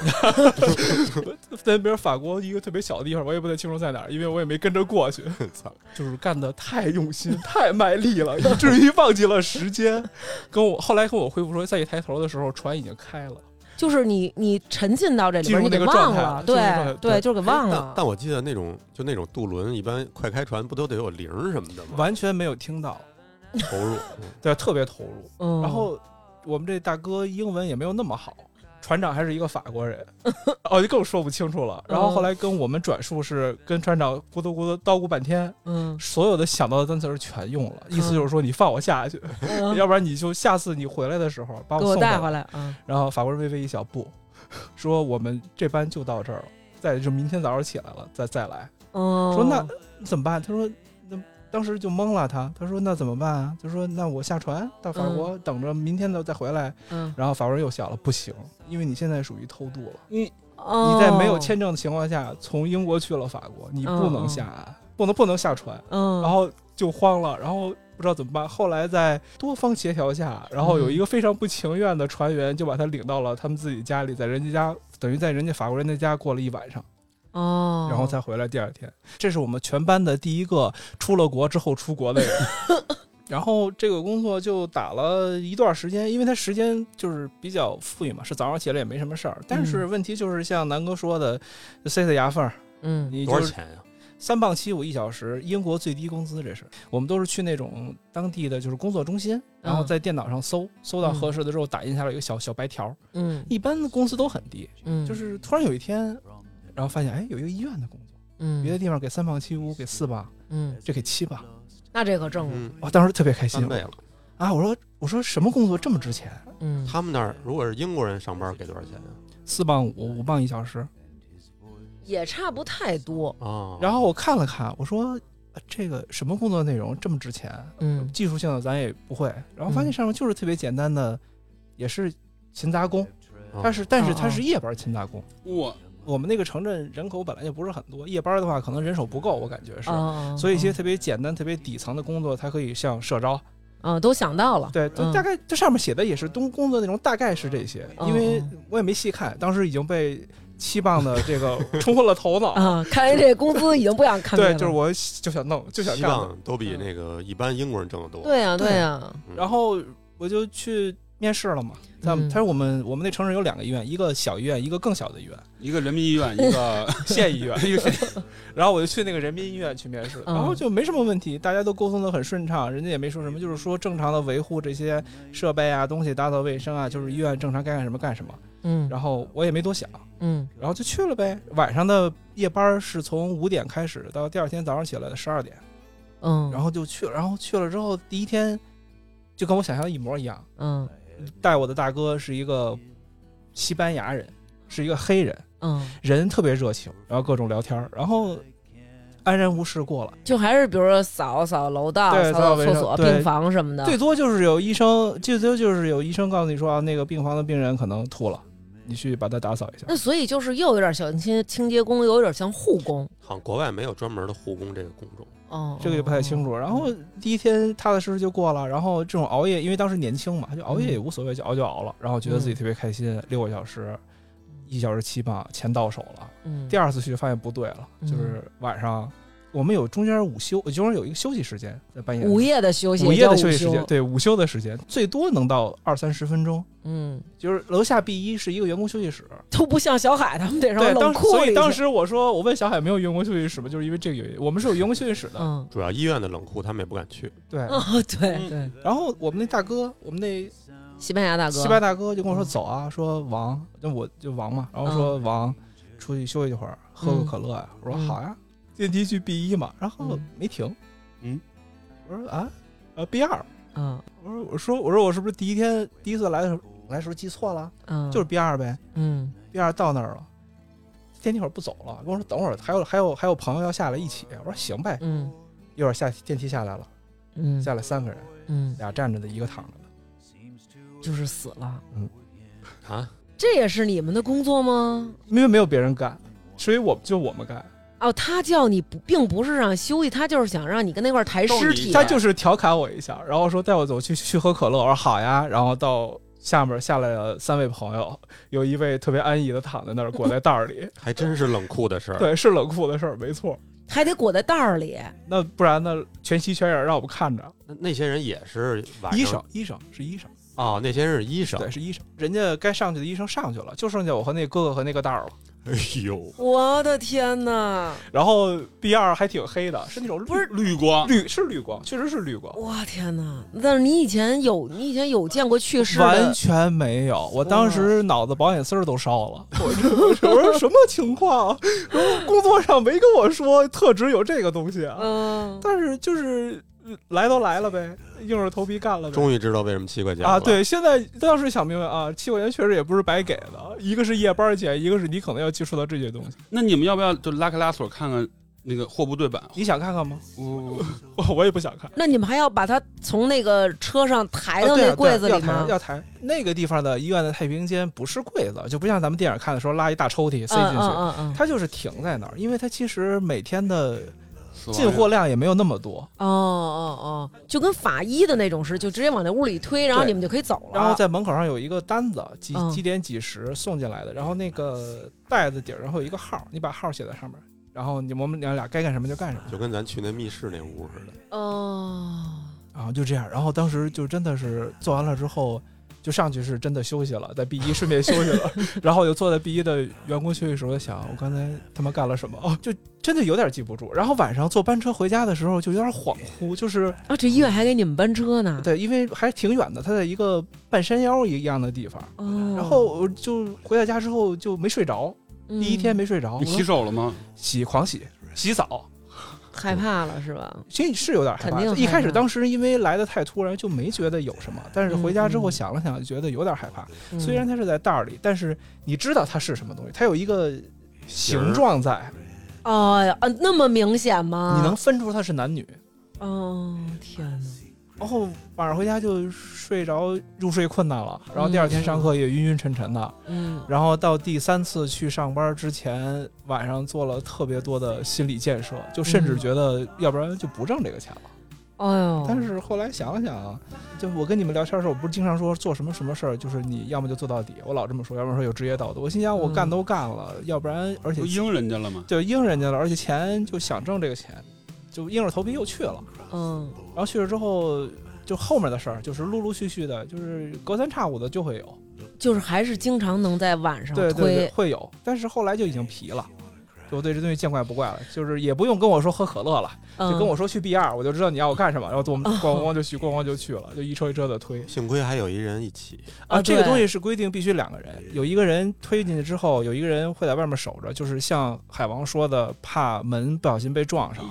在边法国一个特别小的地方，我也不太清楚在哪儿，因为我也没跟着过 去。操，就是干的太用心、太卖力 了，以至于忘记了时间。跟我后来跟我恢复说，再一抬头的时候，船已经开了。就是你你沉浸到这里进边，入你那给个状忘态了，进入状态哎对对就是给忘但了，但我记得那种就那种渡轮，一般快开船不都得有铃儿什么的吗？完全没有听到，投入，嗯对，特别投入。嗯，然后我们这大哥英文也没有那么好，船长还是一个法国人， 哦，就更说不清楚了。然嗯后后来跟我们转述是跟船长咕嘟咕嘟叨咕半天，嗯所有的想到的单词儿全用了，意思就是说你放我下去，嗯要不然你就下次你回来的时候把给送我回带来。回来，嗯然后法国人微微一笑，不， 说我们这班就到这儿了，再就明天早上起来了再再来。嗯，说那怎么办？他说那当时就懵了他，他说那怎么办啊？他说那我下船到法国、等着明天的再回来。嗯，然后法国人又笑了，不行，因为你现在属于偷渡了，你你你在没有签证的情况下从英国去了法国，你不能下岸，不能不能下船，嗯，然后就慌了，然后。不知道怎么办，后来在多方协调下，然后有一个非常不情愿的船员就把他领到了他们自己家里，在人家家等于在人家法国人的家过了一晚上。哦，然后才回来第二天。这是我们全班的第一个出了国之后出国 的人。然后这个工作就打了一段时间，因为他时间就是比较富裕嘛，是早上起来也没什么事儿。但是问题就是像南哥说的，就塞塞牙缝儿，嗯你多就少是钱呀、三磅七五一小时，英国最低工资这是。我们都是去那种当地的就是工作中心，然嗯后在电脑上搜，搜到合适的之后打印下来一个小小白条。嗯一般的工资都很低，嗯，就是突然有一天，然后发现哎有一个医院的工作，别的嗯地方给三磅七五，给四磅，嗯，这给七磅，那这可挣了，嗯，我当时特别开心三倍了。啊！我说我说什么工作这么值钱？嗯，他们那儿如果是英国人上班给多少钱呀、四磅五，五磅一小时。也差不太多，啊？哦，然后我看了看，我说、啊这个什么工作内容这么值钱？嗯技术性的咱也不会。然后发嗯现上面就是特别简单的，也是勤杂工，哦但是但是哦它是夜班勤杂工。哇，我们那个城镇人口本来就不是很多，夜班的话可能人手不够，我感觉是。啊，所以一些特别简单、特别底层的工作，它可以像社招，啊都想到了，对，嗯就大概这上面写的也是东工作内容，大概是这些。因为嗯我也没细看，当时已经被七磅的这 个冲昏了头脑。啊，看来这工资已经不想看对，见就是了我就想弄，就想希干了。望都比那个一般英国人挣得多。对呀对对呀，嗯，然后我就去面试了嘛。他嗯们他说我们我们那城市有两个医院，一个小医院，一个更小的医院，一个人民医院，一个县医院。然后我就去那个人民医院去面试，嗯然后就没什么问题，大家都沟通的很顺畅，人家也没说什么，就是说正常的维护这些设备啊、东西、打扫卫生啊，就是医院正常该干什么干什么。嗯然后我也没多想，嗯然后就去了呗。晚上的夜班是从五点开始，到第二天早上起来的十二点，嗯，然后就去了。然后去了之后，第一天就跟我想象的一模一样，嗯带我的大哥是一个西班牙人，是一个黑人，嗯，人特别热情，然后各种聊天儿，然后安然无事过了。就还是比如说扫扫楼道、对扫扫扫扫厕卫所、生对病房什么的，最多就是有医生，最多就是有医生告诉你说啊，那个病房的病人可能吐了，你去把他打扫一下。那所以就是又有点像清清洁工，又有点像护工。好像国外没有专门的护工这个工种。哦，这个也不太清楚。然后第一天踏踏实实就过了，然后这种熬夜，因为当时年轻嘛，就熬嗯夜也无所谓，就熬就熬了。然后觉得自己特别开心，六个小时，一小时七磅，钱到手了。嗯。第二次去发现不对了，就是晚上我们有中间午休，中间有一个休息时间在半夜午夜的休息，午夜也叫的休息时间，，对午休的时间最多能到二三十分钟。嗯，就是楼下 B 一是一个员工休息室，都不像小海他们得上对，冷当时库所里以去当，时我说我问小海没有员工休息室吗？就是因为这个原因，我们是有员工休息室的，嗯，主要医院的冷库他们也不敢去。对。哦，对对，然后我们那大哥，我们那西班牙大哥，西班牙大哥就跟我说嗯走啊，说王，那我就王嘛，然后说王，出去休息一会儿，喝个可乐呀、我说嗯好呀，电梯去 B 一嘛，然后嗯没停，嗯，我说啊，呃 B 二，嗯我说我说我说我是不是第一天第一次来的时候来的时候记错了，嗯，就是 B 二呗嗯，B 二到那儿了。电梯会儿不走了，跟我说等会儿还有还有还有朋友要下来一起，我说行呗。嗯一会儿下电梯下来了，嗯下来三个人，嗯，俩站着的，一个躺着的。就是死了，啊，这也是你们的工作吗？因为没有别人干，所以我们就我们干。哦，他叫你不，并不是让休息，他就是想让你跟那块儿抬逗尸你体。他就是调侃我一下，然后说带我走去去喝可乐，我说好呀。然后到下面下来了三位朋友，有一位特别安逸的躺在那儿，裹在袋儿里。还真是冷酷的事儿。对，是冷酷的事儿，没错。还得裹在袋儿里，那不然呢？全息全影儿让我们看着。那那些人也是晚上医生，医生是医生，哦，那些人是医生。对，是医生。人家该上去的医生上去了，就剩下我和那哥哥和那个袋儿了。哎呦，我的天哪！然后 B 二还挺黑的，是那种绿不是绿光，绿是绿光，确实是绿光。我天哪！但是你以前有，你以前有见过去世完的全没有，我当时脑子保险丝儿都烧了， 我说我说什么情况？ 然后工作上没跟我说特指有这个东西啊，嗯，但是就是呃来都来了呗，硬着头皮干了呗。终于知道为什么七块钱啊，了，对，现在当时想明白啊，七块钱确实也不是白给的，一个是夜班钱，一个是你可能要接触到这些东西。那你们要不要就拉开拉锁看看那个货不对版？哦你想看看吗？我 我我也不想看。那你们还要把它从那个车上抬到啊对啊那柜子对里啊吗？要抬要抬。那个地方的医院的太平间不是柜子，就不像咱们电影看的时候拉一大抽屉塞进去，嗯嗯嗯它就是停在那儿，因为它其实每天的死亡进货量也没有那么多，嗯，哦哦哦，就跟法医的那种似的，就直接往那屋里推，然后对你们就可以走了。然后在门口上有一个单子，几嗯几点几十送进来的，然后那个袋子底儿上会有一个号，你把号写在上面，然后你我们娘俩该干什么就干什么就跟咱去那密室那屋似的。哦，啊，就这样。然后当时就真的是做完了之后。就上去是真的休息了，在 B 一顺便休息了，然后我就坐在 B 一的员工休息室，我在想我刚才他妈干了什么，哦，就真的有点记不住。然后晚上坐班车回家的时候就有点恍惚，就是啊，这医院还给你们班车呢。对，因为还挺远的，它在一个半山腰一样的地方。哦，然后我就回到家之后就没睡着，第一天嗯没睡着，你洗手了吗？洗狂洗洗澡，害怕了是吧？其实是有点害怕肯定害。怕一开始当时因为来的太突然，就没觉得有什么，但是回家之后嗯嗯想了想，觉得有点害怕。嗯虽然它是在袋儿里，但是你知道它是什么东西，它有一个形状在，哎呀啊，那么明显吗？你能分出它是男女。哦，天哪！然后晚上回家就睡着，入睡困难了。然后第二天上课也晕晕沉沉的。嗯，然后到第三次去上班之前，晚上做了特别多的心理建设，就甚至嗯觉得要不然就不挣这个钱了。哎呦，但是后来想了想啊，就我跟你们聊天的时候，我不是经常说做什么什么事儿，就是你要么就做到底，我老这么说，要不然说有职业道德。我心想我干嗯都干了，要不然而且都应人家了吗？就应人家了，而且钱就想挣这个钱，就硬着头皮又去了。嗯，然后去了之后，就后面的事儿就是陆陆续续的，就是隔三差五的就会有，就是还是经常能在晚上对推，对对，会有。但是后来就已经皮了。就我对这东西见怪不怪了，就是也不用跟我说喝可乐了，嗯、就跟我说去 B 二，我就知道你要我干什么，然后我们哦咣咣就去，咣咣就去了，就一车一车的推。幸亏还有一人一起，啊，啊这个对东西是规定必须两个人，有一个人推进去之后，有一个人会在外面守着，就是像海王说的，怕门不小心被撞上。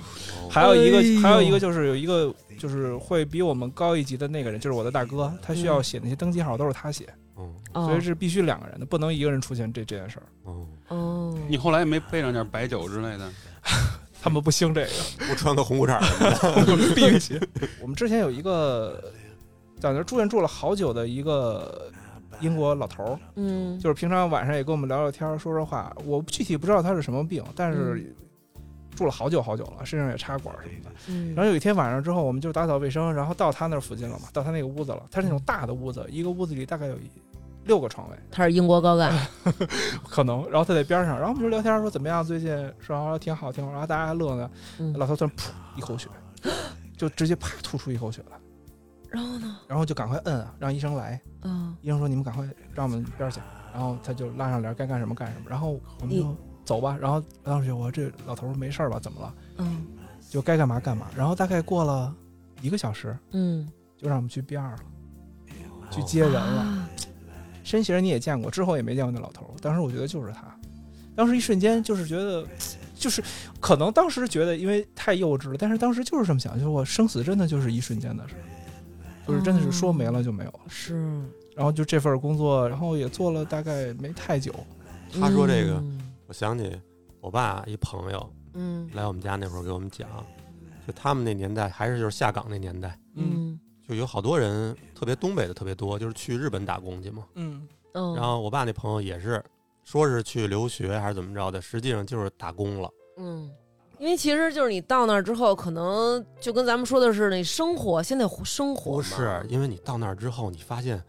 还有一个，哎呦还有一个就是有一个就是会比我们高一级的那个人，就是我的大哥，他需要写那些登记号都是他写，嗯所以嗯哦是必须两个人的，不能一个人出现这这件事儿。嗯，哦，你后来也没备上点白酒之类的？他们不兴这个，我穿个红裤衩儿，必须写。 我们之前有一个在那儿住院住了好久的一个英国老头儿，嗯，就是平常晚上也跟我们聊聊天儿，说说话。我具体不知道他是什么病，但是住了好久好久了，身上也插管儿什么的。嗯然后有一天晚上之后，我们就打扫卫生，然后到他那儿附近了嘛，到他那个屋子了。他是那种大的屋子，一个屋子里大概有一六个床位，他是英国高干，嗯可能。然后他在边上，然后我们就聊天儿说怎么样，最近说啊挺好挺好，然后大家还乐呢。嗯老头突然噗一口血，就直接啪吐出一口血来，然后呢，然后就赶快摁啊，让医生来。嗯，医生说：“你们赶快让我们边儿去。”然后他就拉上帘儿，该干什么干什么。然后我们就走吧。然后当时我说这老头儿没事儿吧？怎么了？嗯就该干嘛干嘛。然后大概过了一个小时，嗯，就让我们去 B 二了，去接人了。啊申喜人你也见过，之后也没见过那老头儿。当时我觉得就是他，当时一瞬间就是觉得，就是可能当时觉得因为太幼稚了，但是当时就是这么想，就是我生死真的就是一瞬间的事儿，就是真的是说没了就没有了。是，然后就这份工作，然后也做了大概没太久，他说这个嗯我想起我爸一朋友嗯来我们家那会儿给我们讲，就他们那年代还是就是下岗那年代，嗯就有好多人，特别东北的特别多，就是去日本打工去嘛。嗯嗯，然后我爸那朋友也是，说是去留学还是怎么着的，实际上就是打工了。嗯。因为其实就是你到那儿之后，可能就跟咱们说的是，你生活现在生活不嘛哦是，因为你到那儿之后，你发现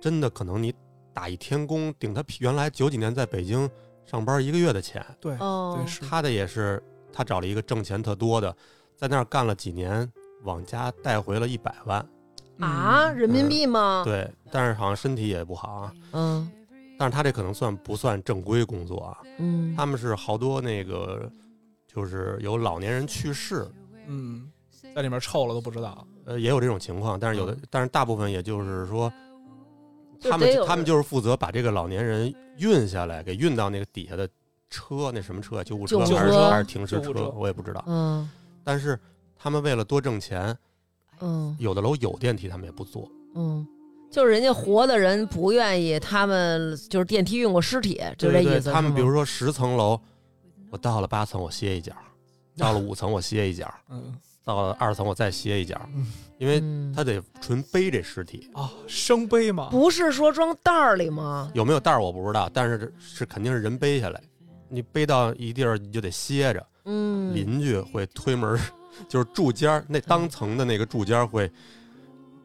真的可能你打一天工，顶他原来九几年在北京上班一个月的钱，对，哦对，是，他的也是他找了一个挣钱特多的，在那儿干了几年，往家带回了一百万。啊，嗯人民币吗？对，但是好像身体也不好啊。嗯但是他这可能算不算正规工作啊？嗯，他们是好多那个，就是有老年人去世，嗯，在里面臭了都不知道，呃，也有这种情况，但是嗯有的，但是大部分也就是说，就他得们有他们人就是负责把这个老年人运下来，给运到那个底下的车，那什么车啊，救护车救护还是车还是停尸救护车我也不知道。嗯但是他们为了多挣钱，嗯有的楼有电梯，他们也不坐。嗯，就是人家活的人不愿意，他们就是电梯运过尸体，就对这对意思对，是吗。他们比如说十层楼，我到了八层我歇一脚，到了五层我歇一脚，嗯到了二层我再歇一脚嗯，因为嗯他得纯背这尸体。啊，生杯嘛，不是说装袋儿里吗？有没有袋儿我不知道，但是是肯定是人背下来，你背到一地儿你就得歇着，嗯，邻居会推门儿， 就是住家儿那当层的那个住家儿会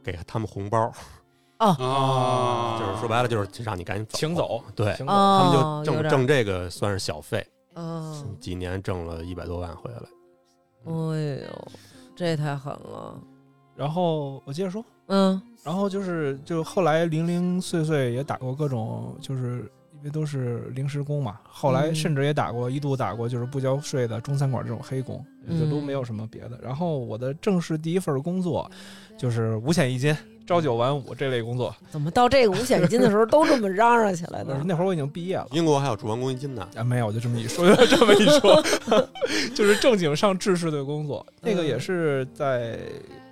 给他们红包，啊，就是说白了就是让你赶紧走，请走，对请走，他们哦就，有挣点挣这个算是小费，哦，几年挣了一百多万回来，哎呦，这太狠了。然后我接着说，嗯然后就是就后来零零碎碎也打过各种，就是因为都是临时工嘛，后来嗯甚至也打过，一度打过就是不交税的中餐馆这种黑工，也就都没有什么别的。然后我的正式第一份工作就是五险一金。朝九晚五这类工作，怎么到这个五险一金的时候都这么嚷嚷起 来呢？哎那会儿我已经毕业了，英国还有主王公积金呢，啊，没有，我就这么一说， 就这么一说，就是正经上制式的工作，那个也是在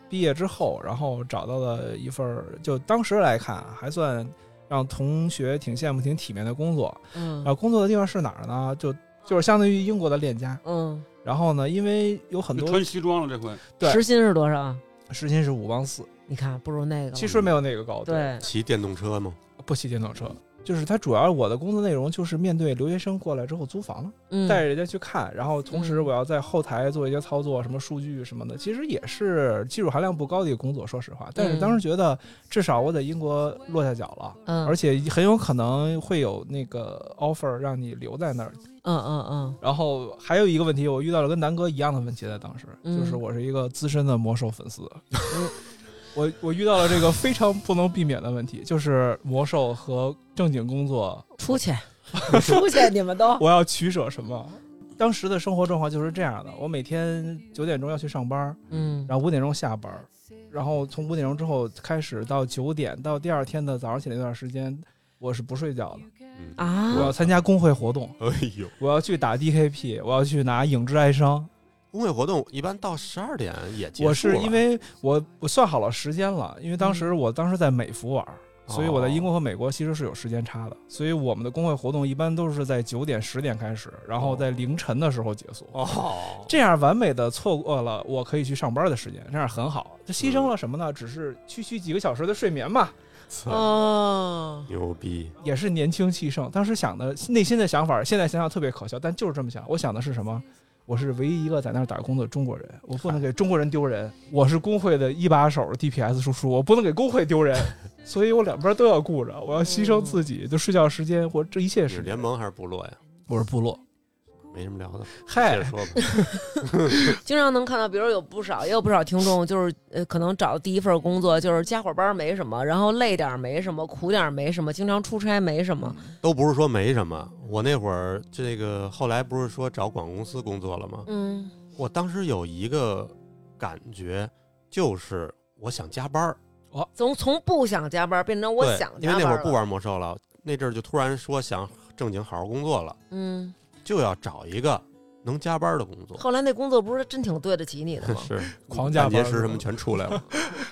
毕业之后，然后找到了一份儿，就当时来看啊还算让同学挺羡慕、挺体面的工作。嗯然后工作的地方是哪儿呢？就就是相当于英国的链家。嗯，然后呢，因为有很就多穿西装了这回，对时薪是多少？时薪是五磅四，你看不如那个了。其实没有那个高，，对，骑电动车嘛，不骑电动车。就是它主要我的工作内容就是面对留学生过来之后租房，嗯带着人家去看，然后同时嗯我要在后台做一些操作，什么数据什么的，其实也是技术含量不高的一个工作，说实话。但是当时觉得，至少我在英国落下脚了，嗯，而且很有可能会有那个 offer 让你留在那儿。嗯嗯然后还有一个问题，我遇到了跟南哥一样的问题，在当时嗯就是我是一个资深的魔兽粉丝嗯， 我我遇到了这个非常不能避免的问题，就是魔兽和正经工作嗯，出去，出去，你们 都我要取舍什么？当时的生活状况就是这样的：我每天九点钟要去上班，嗯然后五点钟下班，然后从五点钟之后开始到九点，到第二天的早上起来那段时间，我是不睡觉的。嗯，啊我要参加工会活动，哎呦，我要去打 DKP，我要去拿影之哀伤。工会活动一般到十二点也结束了我是因为我我算好了时间了，因为当时我当时在美服玩。嗯所以我在英国和美国其实是有时间差的，所以我们的工会活动一般都是在九点、十点开始，然后在凌晨的时候结束。哦，这样完美的错过了我可以去上班的时间，这样很好。这牺嗯牲了什么呢？只是区区几个小时的睡眠嘛，哦，牛逼，也是年轻气盛。当时想的内心的想法，现在想想特别可笑，但就是这么想。我想的是什么？我是唯一一个在那儿打工的中国人，我不能给中国人丢人。我是工会的一把手 DPS 叔叔，我不能给工会 丢人，所以我两边都要顾着，我要牺牲自己的睡觉时间或这一切你时是间。联盟还是部落呀？我是部落，没什么聊的，接嗨哎着，说 吧。经常能看到，比如有不少，也有不少听众，就是呃，可能找第一份工作就是加会儿班没什么，然后累点儿没什么，苦点儿没什么，经常出差没什么，都不是说没什么，我那会儿这个后来不是说找广告公司工作了吗？嗯我当时有一个感觉，就是我想加班儿，从从不想加班变成我对想因加为班那会儿不了玩魔兽了，那阵儿就突然说想正经好好工作了，嗯，就要找一个能加班的工作。 后来那工作不是真挺对得起你的吗？ 是 狂加班结石什么全出来 了，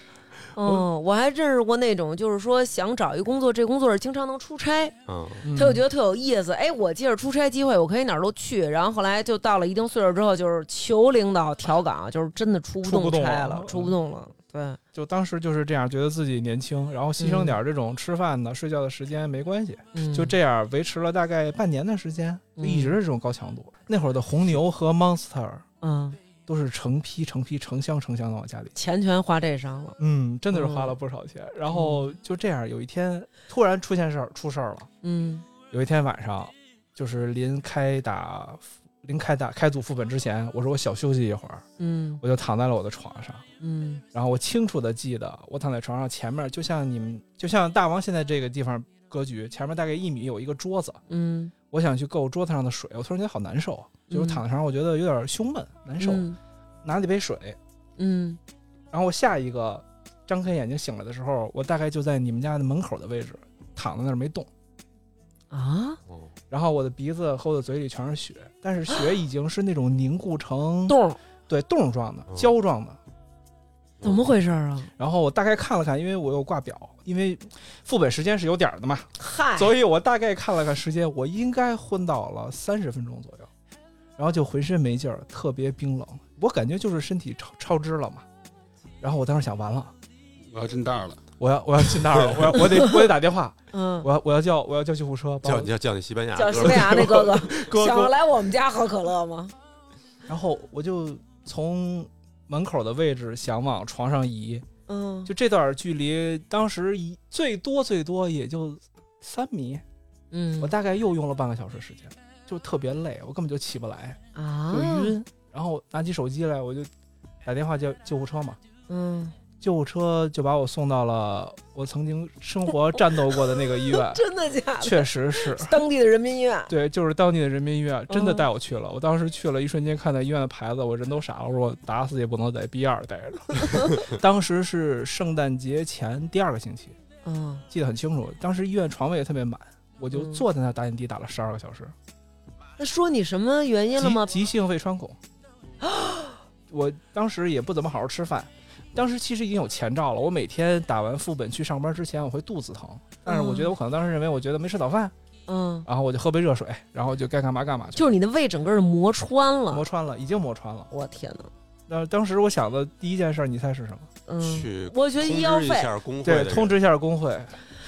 嗯，我还认识过那种，就是说想找一工作，这工作是经常能出差，嗯，嗯他就觉得特有意思。哎，我借着出差机会，我可以哪儿都去。然后后来就到了一定岁数之后，就是求领导调岗，就是真的出不出不动动差了了，出不动了。嗯对，就当时就是这样，觉得自己年轻，然后牺牲点儿这种吃饭的、睡觉的时间没关系，嗯就这样维持了大概半年的时间，就一直是这种高强度。那会儿的红牛和 Monster 嗯，都是成批、成批、成箱、成箱的往家里。钱全花这上了。嗯，真的是花了不少钱。然后就这样，有一天突然出现事儿，出事儿了。嗯有一天晚上，就是临开打、临开打开组副本之前，我说我小休息一会儿，嗯我就躺在了我的床上。嗯然后我清楚的记得，我躺在床上前面，就像你们，就像大王现在这个地方格局，前面大概一米有一个桌子，嗯，我想去够桌子上的水，我突然间好难受啊，嗯就是躺在床上，我觉得有点胸闷难受，嗯拿了一杯水，嗯然后我下一个张开眼睛醒来的时候，我大概就在你们家的门口的位置躺在那儿没动，啊，哦然后我的鼻子和我的嘴里全是血，但是血已经是那种凝固成洞儿对冻状的嗯胶状的，怎么哦回事儿啊？然后我大概看了看，因为我有挂表，因为副本时间是有点儿的嘛。哎嗨，所以我大概看了看时间，我应该昏倒了三十分钟左右，然后就浑身没劲儿，特别冰冷，我感觉就是身体超超支了嘛。然后我当时想，完了，我要进袋儿了。我要我要进那 儿了，我要我得我得打电话，嗯，我要我要叫我要叫救护车，把叫我你叫叫你西班牙叫哥西们班儿牙那哥哥，哥想着哥。来我们家喝可乐吗？然后我就从门口的位置想往床上移，嗯，就这段距离，当时移最多最多也就三米，嗯我大概又用了半个小时时间，就特别累，我根本就起不来。啊就晕，然后拿起手机来，我就打电话叫救护车嘛。嗯，救护车就把我送到了我曾经生活战斗过的那个医院 真的假的？确实是。当地的人民医院，对，就是当地的人民医院，真的嗯带我去了。我当时去了，一瞬间看到医院的牌子，我人都傻了。我说我打死也不能在 B 二待着。 当时是圣诞节前第二个星期，嗯，记得很清楚。当时医院床位也特别满，我就嗯坐在那儿打点滴打了十二个小时。那说你什么原因了吗？急急性胃 穿孔。我当时也不怎么好好吃饭，当时其实已经有前兆了。我每天打完副本去上班之前，我会肚子疼，但是我觉得我可能当时认为我觉得没吃早饭，嗯，然后我就喝杯热水，然后就该干嘛干嘛去。就是你的胃整个儿磨穿磨了。穿了，已经磨穿了。我天哪，那当时我想的第一件事，你猜是什么？嗯，去我觉得通医药知一费，下工会对的，人通知一下工会。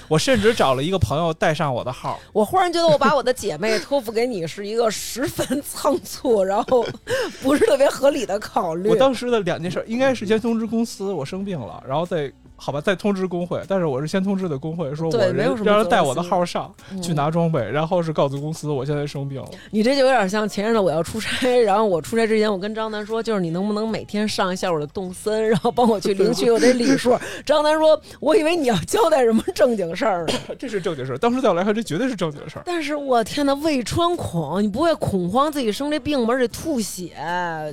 我甚至找了一个朋友带上我的号，我忽然觉得我把我的姐妹托付给你是一个十分仓促，然后不是特别合理的考虑我。当时的两件事，应该嗯是先通知公司我生病了，然后再好吧，再通知工会。但是我是先通知的工会，说我对没人有什么让人责任带我的心号上嗯去拿装备，然后是告诉公司我现在生 病了。你这就有点像前阵子我要出差，然后我出差之前我跟张楠说，就是你能不能每天上一下我的动森，然后帮 我去领取我这礼数。张楠说，我以为你要交代什么正经事儿呢。这是正经事儿，当时对我来看，这绝对是正经事儿。但是我天呐，胃穿孔，你不会恐慌自己生这病吗？而且吐血，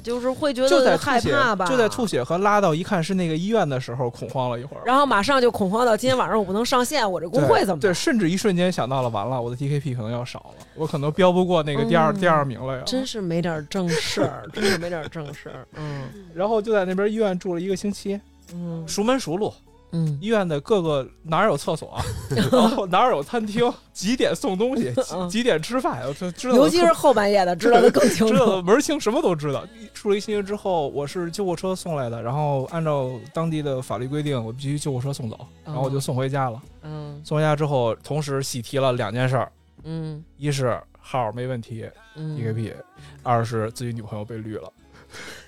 就是会觉就在得吐害血怕吧？就在吐。血和拉到一看是那个医院的时候，恐慌了一会儿。然后马上就恐慌到今天晚上我不能上线，我这工对会怎么对？办？甚至一瞬间想到了，完了，我的 TKP 可能要少了，我可能飙不过那个第二、嗯第二名了呀。真是没点正事儿，真是没点正事儿。嗯然后就在那边医院住了一个星期，嗯熟门熟路，嗯医院的各个哪儿有厕所，啊 然后哪儿有餐厅，几点送东 西，嗯几几点吃饭，我这知道的尤其是后半夜的，知道的更清 知道的楚。嗯门儿清，什么都知道。出了一星期之后，我是救护车送来的，然后按照当地的法律规定，我必须救护车送哦走，然后我就送回家了。嗯送回家之后，同时喜提了两件事儿：嗯一是号没问题嗯 TKP，二是自己女朋友被绿了，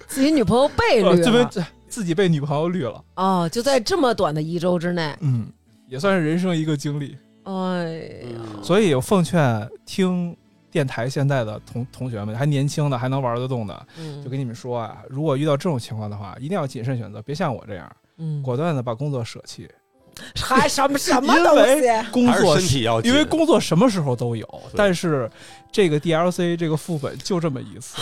自己女朋友被呃绿自了被自己被女朋友绿了，哦，就在这么短的一周之内，嗯，也算是人生一个经历。哎呀，嗯所以我奉劝听电台现在的同同学们，还年轻的，还能玩得动的，嗯就跟你们说啊，如果遇到这种情况的话，一定要谨慎选择，别像我这样，嗯果断的把工作舍弃。还什么什么因东为西？工还是作身体要紧，因为工作什么时候都有，是但是这个 DLC 这个副本就这么一次。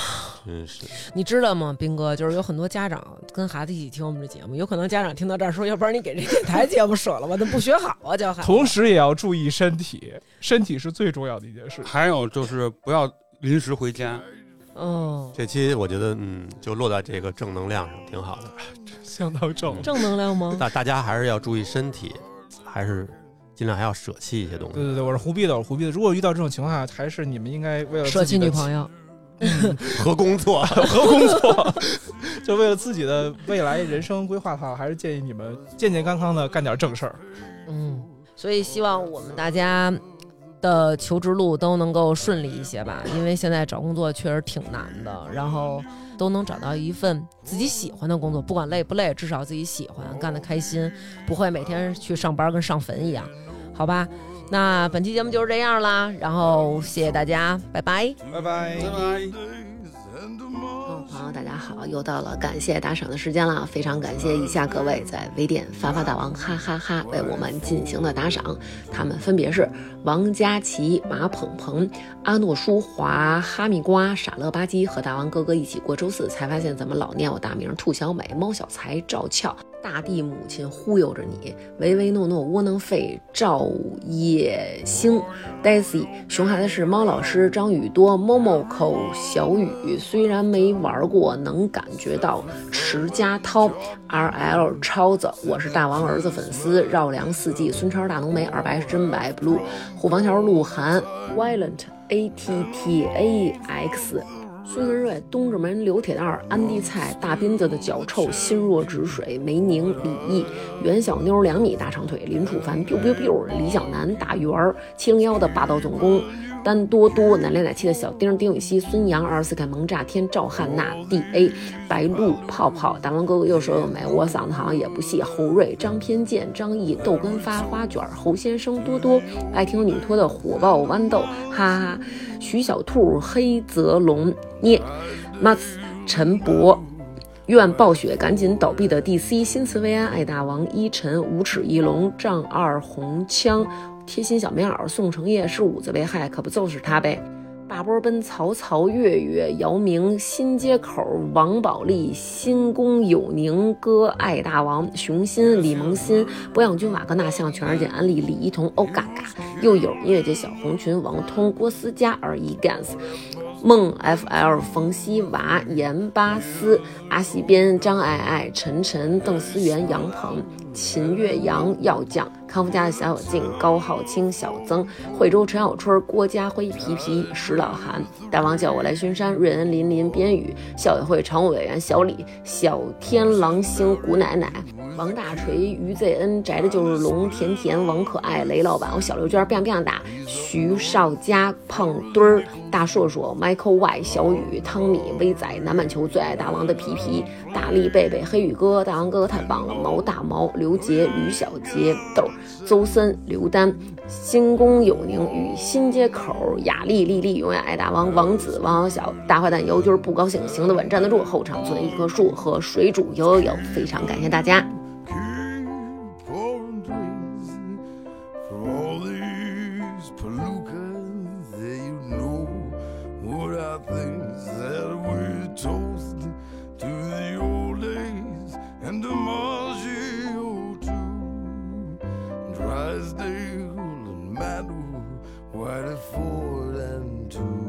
真是你知道吗，斌哥？就是有很多家长跟孩子一起听我们这节目，有可能家长听到这儿说，要不然你给这电台节目舍了吧，那不学好啊，教孩子。同时也要注意身体，身体是最重要的一件事。还有就是不要临时回家，嗯，这期我觉得嗯，就落在这个正能量上，挺好的。相当正，正能 量吗？大大家还是要注意身体，还是尽量还要舍弃一些东对西。对对，我是胡逼的，我是胡逼的。如果遇到这种情况下，还是你们应该为了舍自己弃的女朋友，和工作，和工作， 就为了自己的未来人生规划的话，还是建议你们健健康康的干点正事儿。嗯，所以希望我们大家的求职路都能够顺利一些吧，因为现在找工作确实挺难的，然后都能找到一份自己喜欢的工作，不管累不累，至少自己喜欢，干得开心，不会每天去上班跟上坟一样，好吧？那本期节目就是这样啦，然后谢谢大家，拜拜。拜拜。拜。听众哦朋友，大家好，又到了感谢打赏的时间了，非常感谢以下各位在微店发发大王哈哈哈为我们进行的打赏，他们分别是王佳琪、马捧捧、阿诺舒华、哈密瓜、傻乐吧唧和大王哥哥一起过周四，才发现怎么老念我大名兔小美、猫小才、赵俏。大地母亲忽悠着你，唯唯诺诺窝囊废赵叶星，Daisy 熊孩子是猫老师张宇多 Momoco 小雨，虽然没玩过，能感觉到迟家涛 RL 超子，我是大王儿子粉丝，绕梁四季孙超大浓眉二白是真白 blue 虎坊桥鹿晗 Violent A T T A X 孙文瑞、东直门刘铁蛋儿、安迪菜、大斌子的脚臭、心若止水、梅宁、李毅、袁小妞、两米大长腿、林楚凡、biu biu biu、李小男、大圆儿、七零幺的霸道总攻、丹多多、奶里奶气的小丁、丁禹兮、孙杨、二十四 K 萌炸天、赵汉娜、D A、白鹿、泡泡、大王哥哥又瘦又美，我嗓子好像也不细。侯瑞、张偏见、张毅、豆根发、花卷儿、侯先生、多多、爱听女托的火爆豌豆，哈哈。徐小兔、黑泽龙、聂、Max、陈博、愿暴雪赶紧倒闭的 DC、新茨维安、爱大王、伊晨、无齿翼龙、丈二红枪、贴心小棉袄、宋承业是五子为害，可不就是他呗？大波奔、曹操、月月、姚明、新街口、王宝利、新宫有宁哥、爱大王、熊心、李萌新、博养君、瓦格纳、向全世界安利、李一桐、欧哦嘎嘎，又有音乐节小红裙、王通、郭思佳、而一 Gans。孟 FL、冯西娃、严巴斯、阿西边、张爱爱、陈晨、邓思源、杨鹏、秦岳阳、耀将、康夫家的小小静、高浩清、小曾、惠州陈小春、郭家辉、皮皮、石老韩、大王叫我来巡山、瑞恩、林林、边宇、校委会常务委员小李、小天狼星、古奶奶。王大锤、于 ZN 宅的就是龙、甜甜、王可爱、雷老板、我小刘娟、biang biang 打、徐少佳、胖墩儿、大硕硕、Michael Y、小雨、汤米、威仔、南半球最爱大王的皮皮、大力贝贝、黑羽哥、大王哥哥太棒了，毛大毛、刘杰、吕小杰、豆、邹森、刘丹、新宫有宁与新街口、雅丽、丽丽永远爱大王、王子、王小小、大坏蛋油就是不高兴，行得稳站得住，后场存一棵树和水煮有有有，非常感谢大家。 Keep pouring drinks for all these palookas that you know what I think that we toast to the old days and DiMaggio too. Drysdale and Maddow, White Ford and two.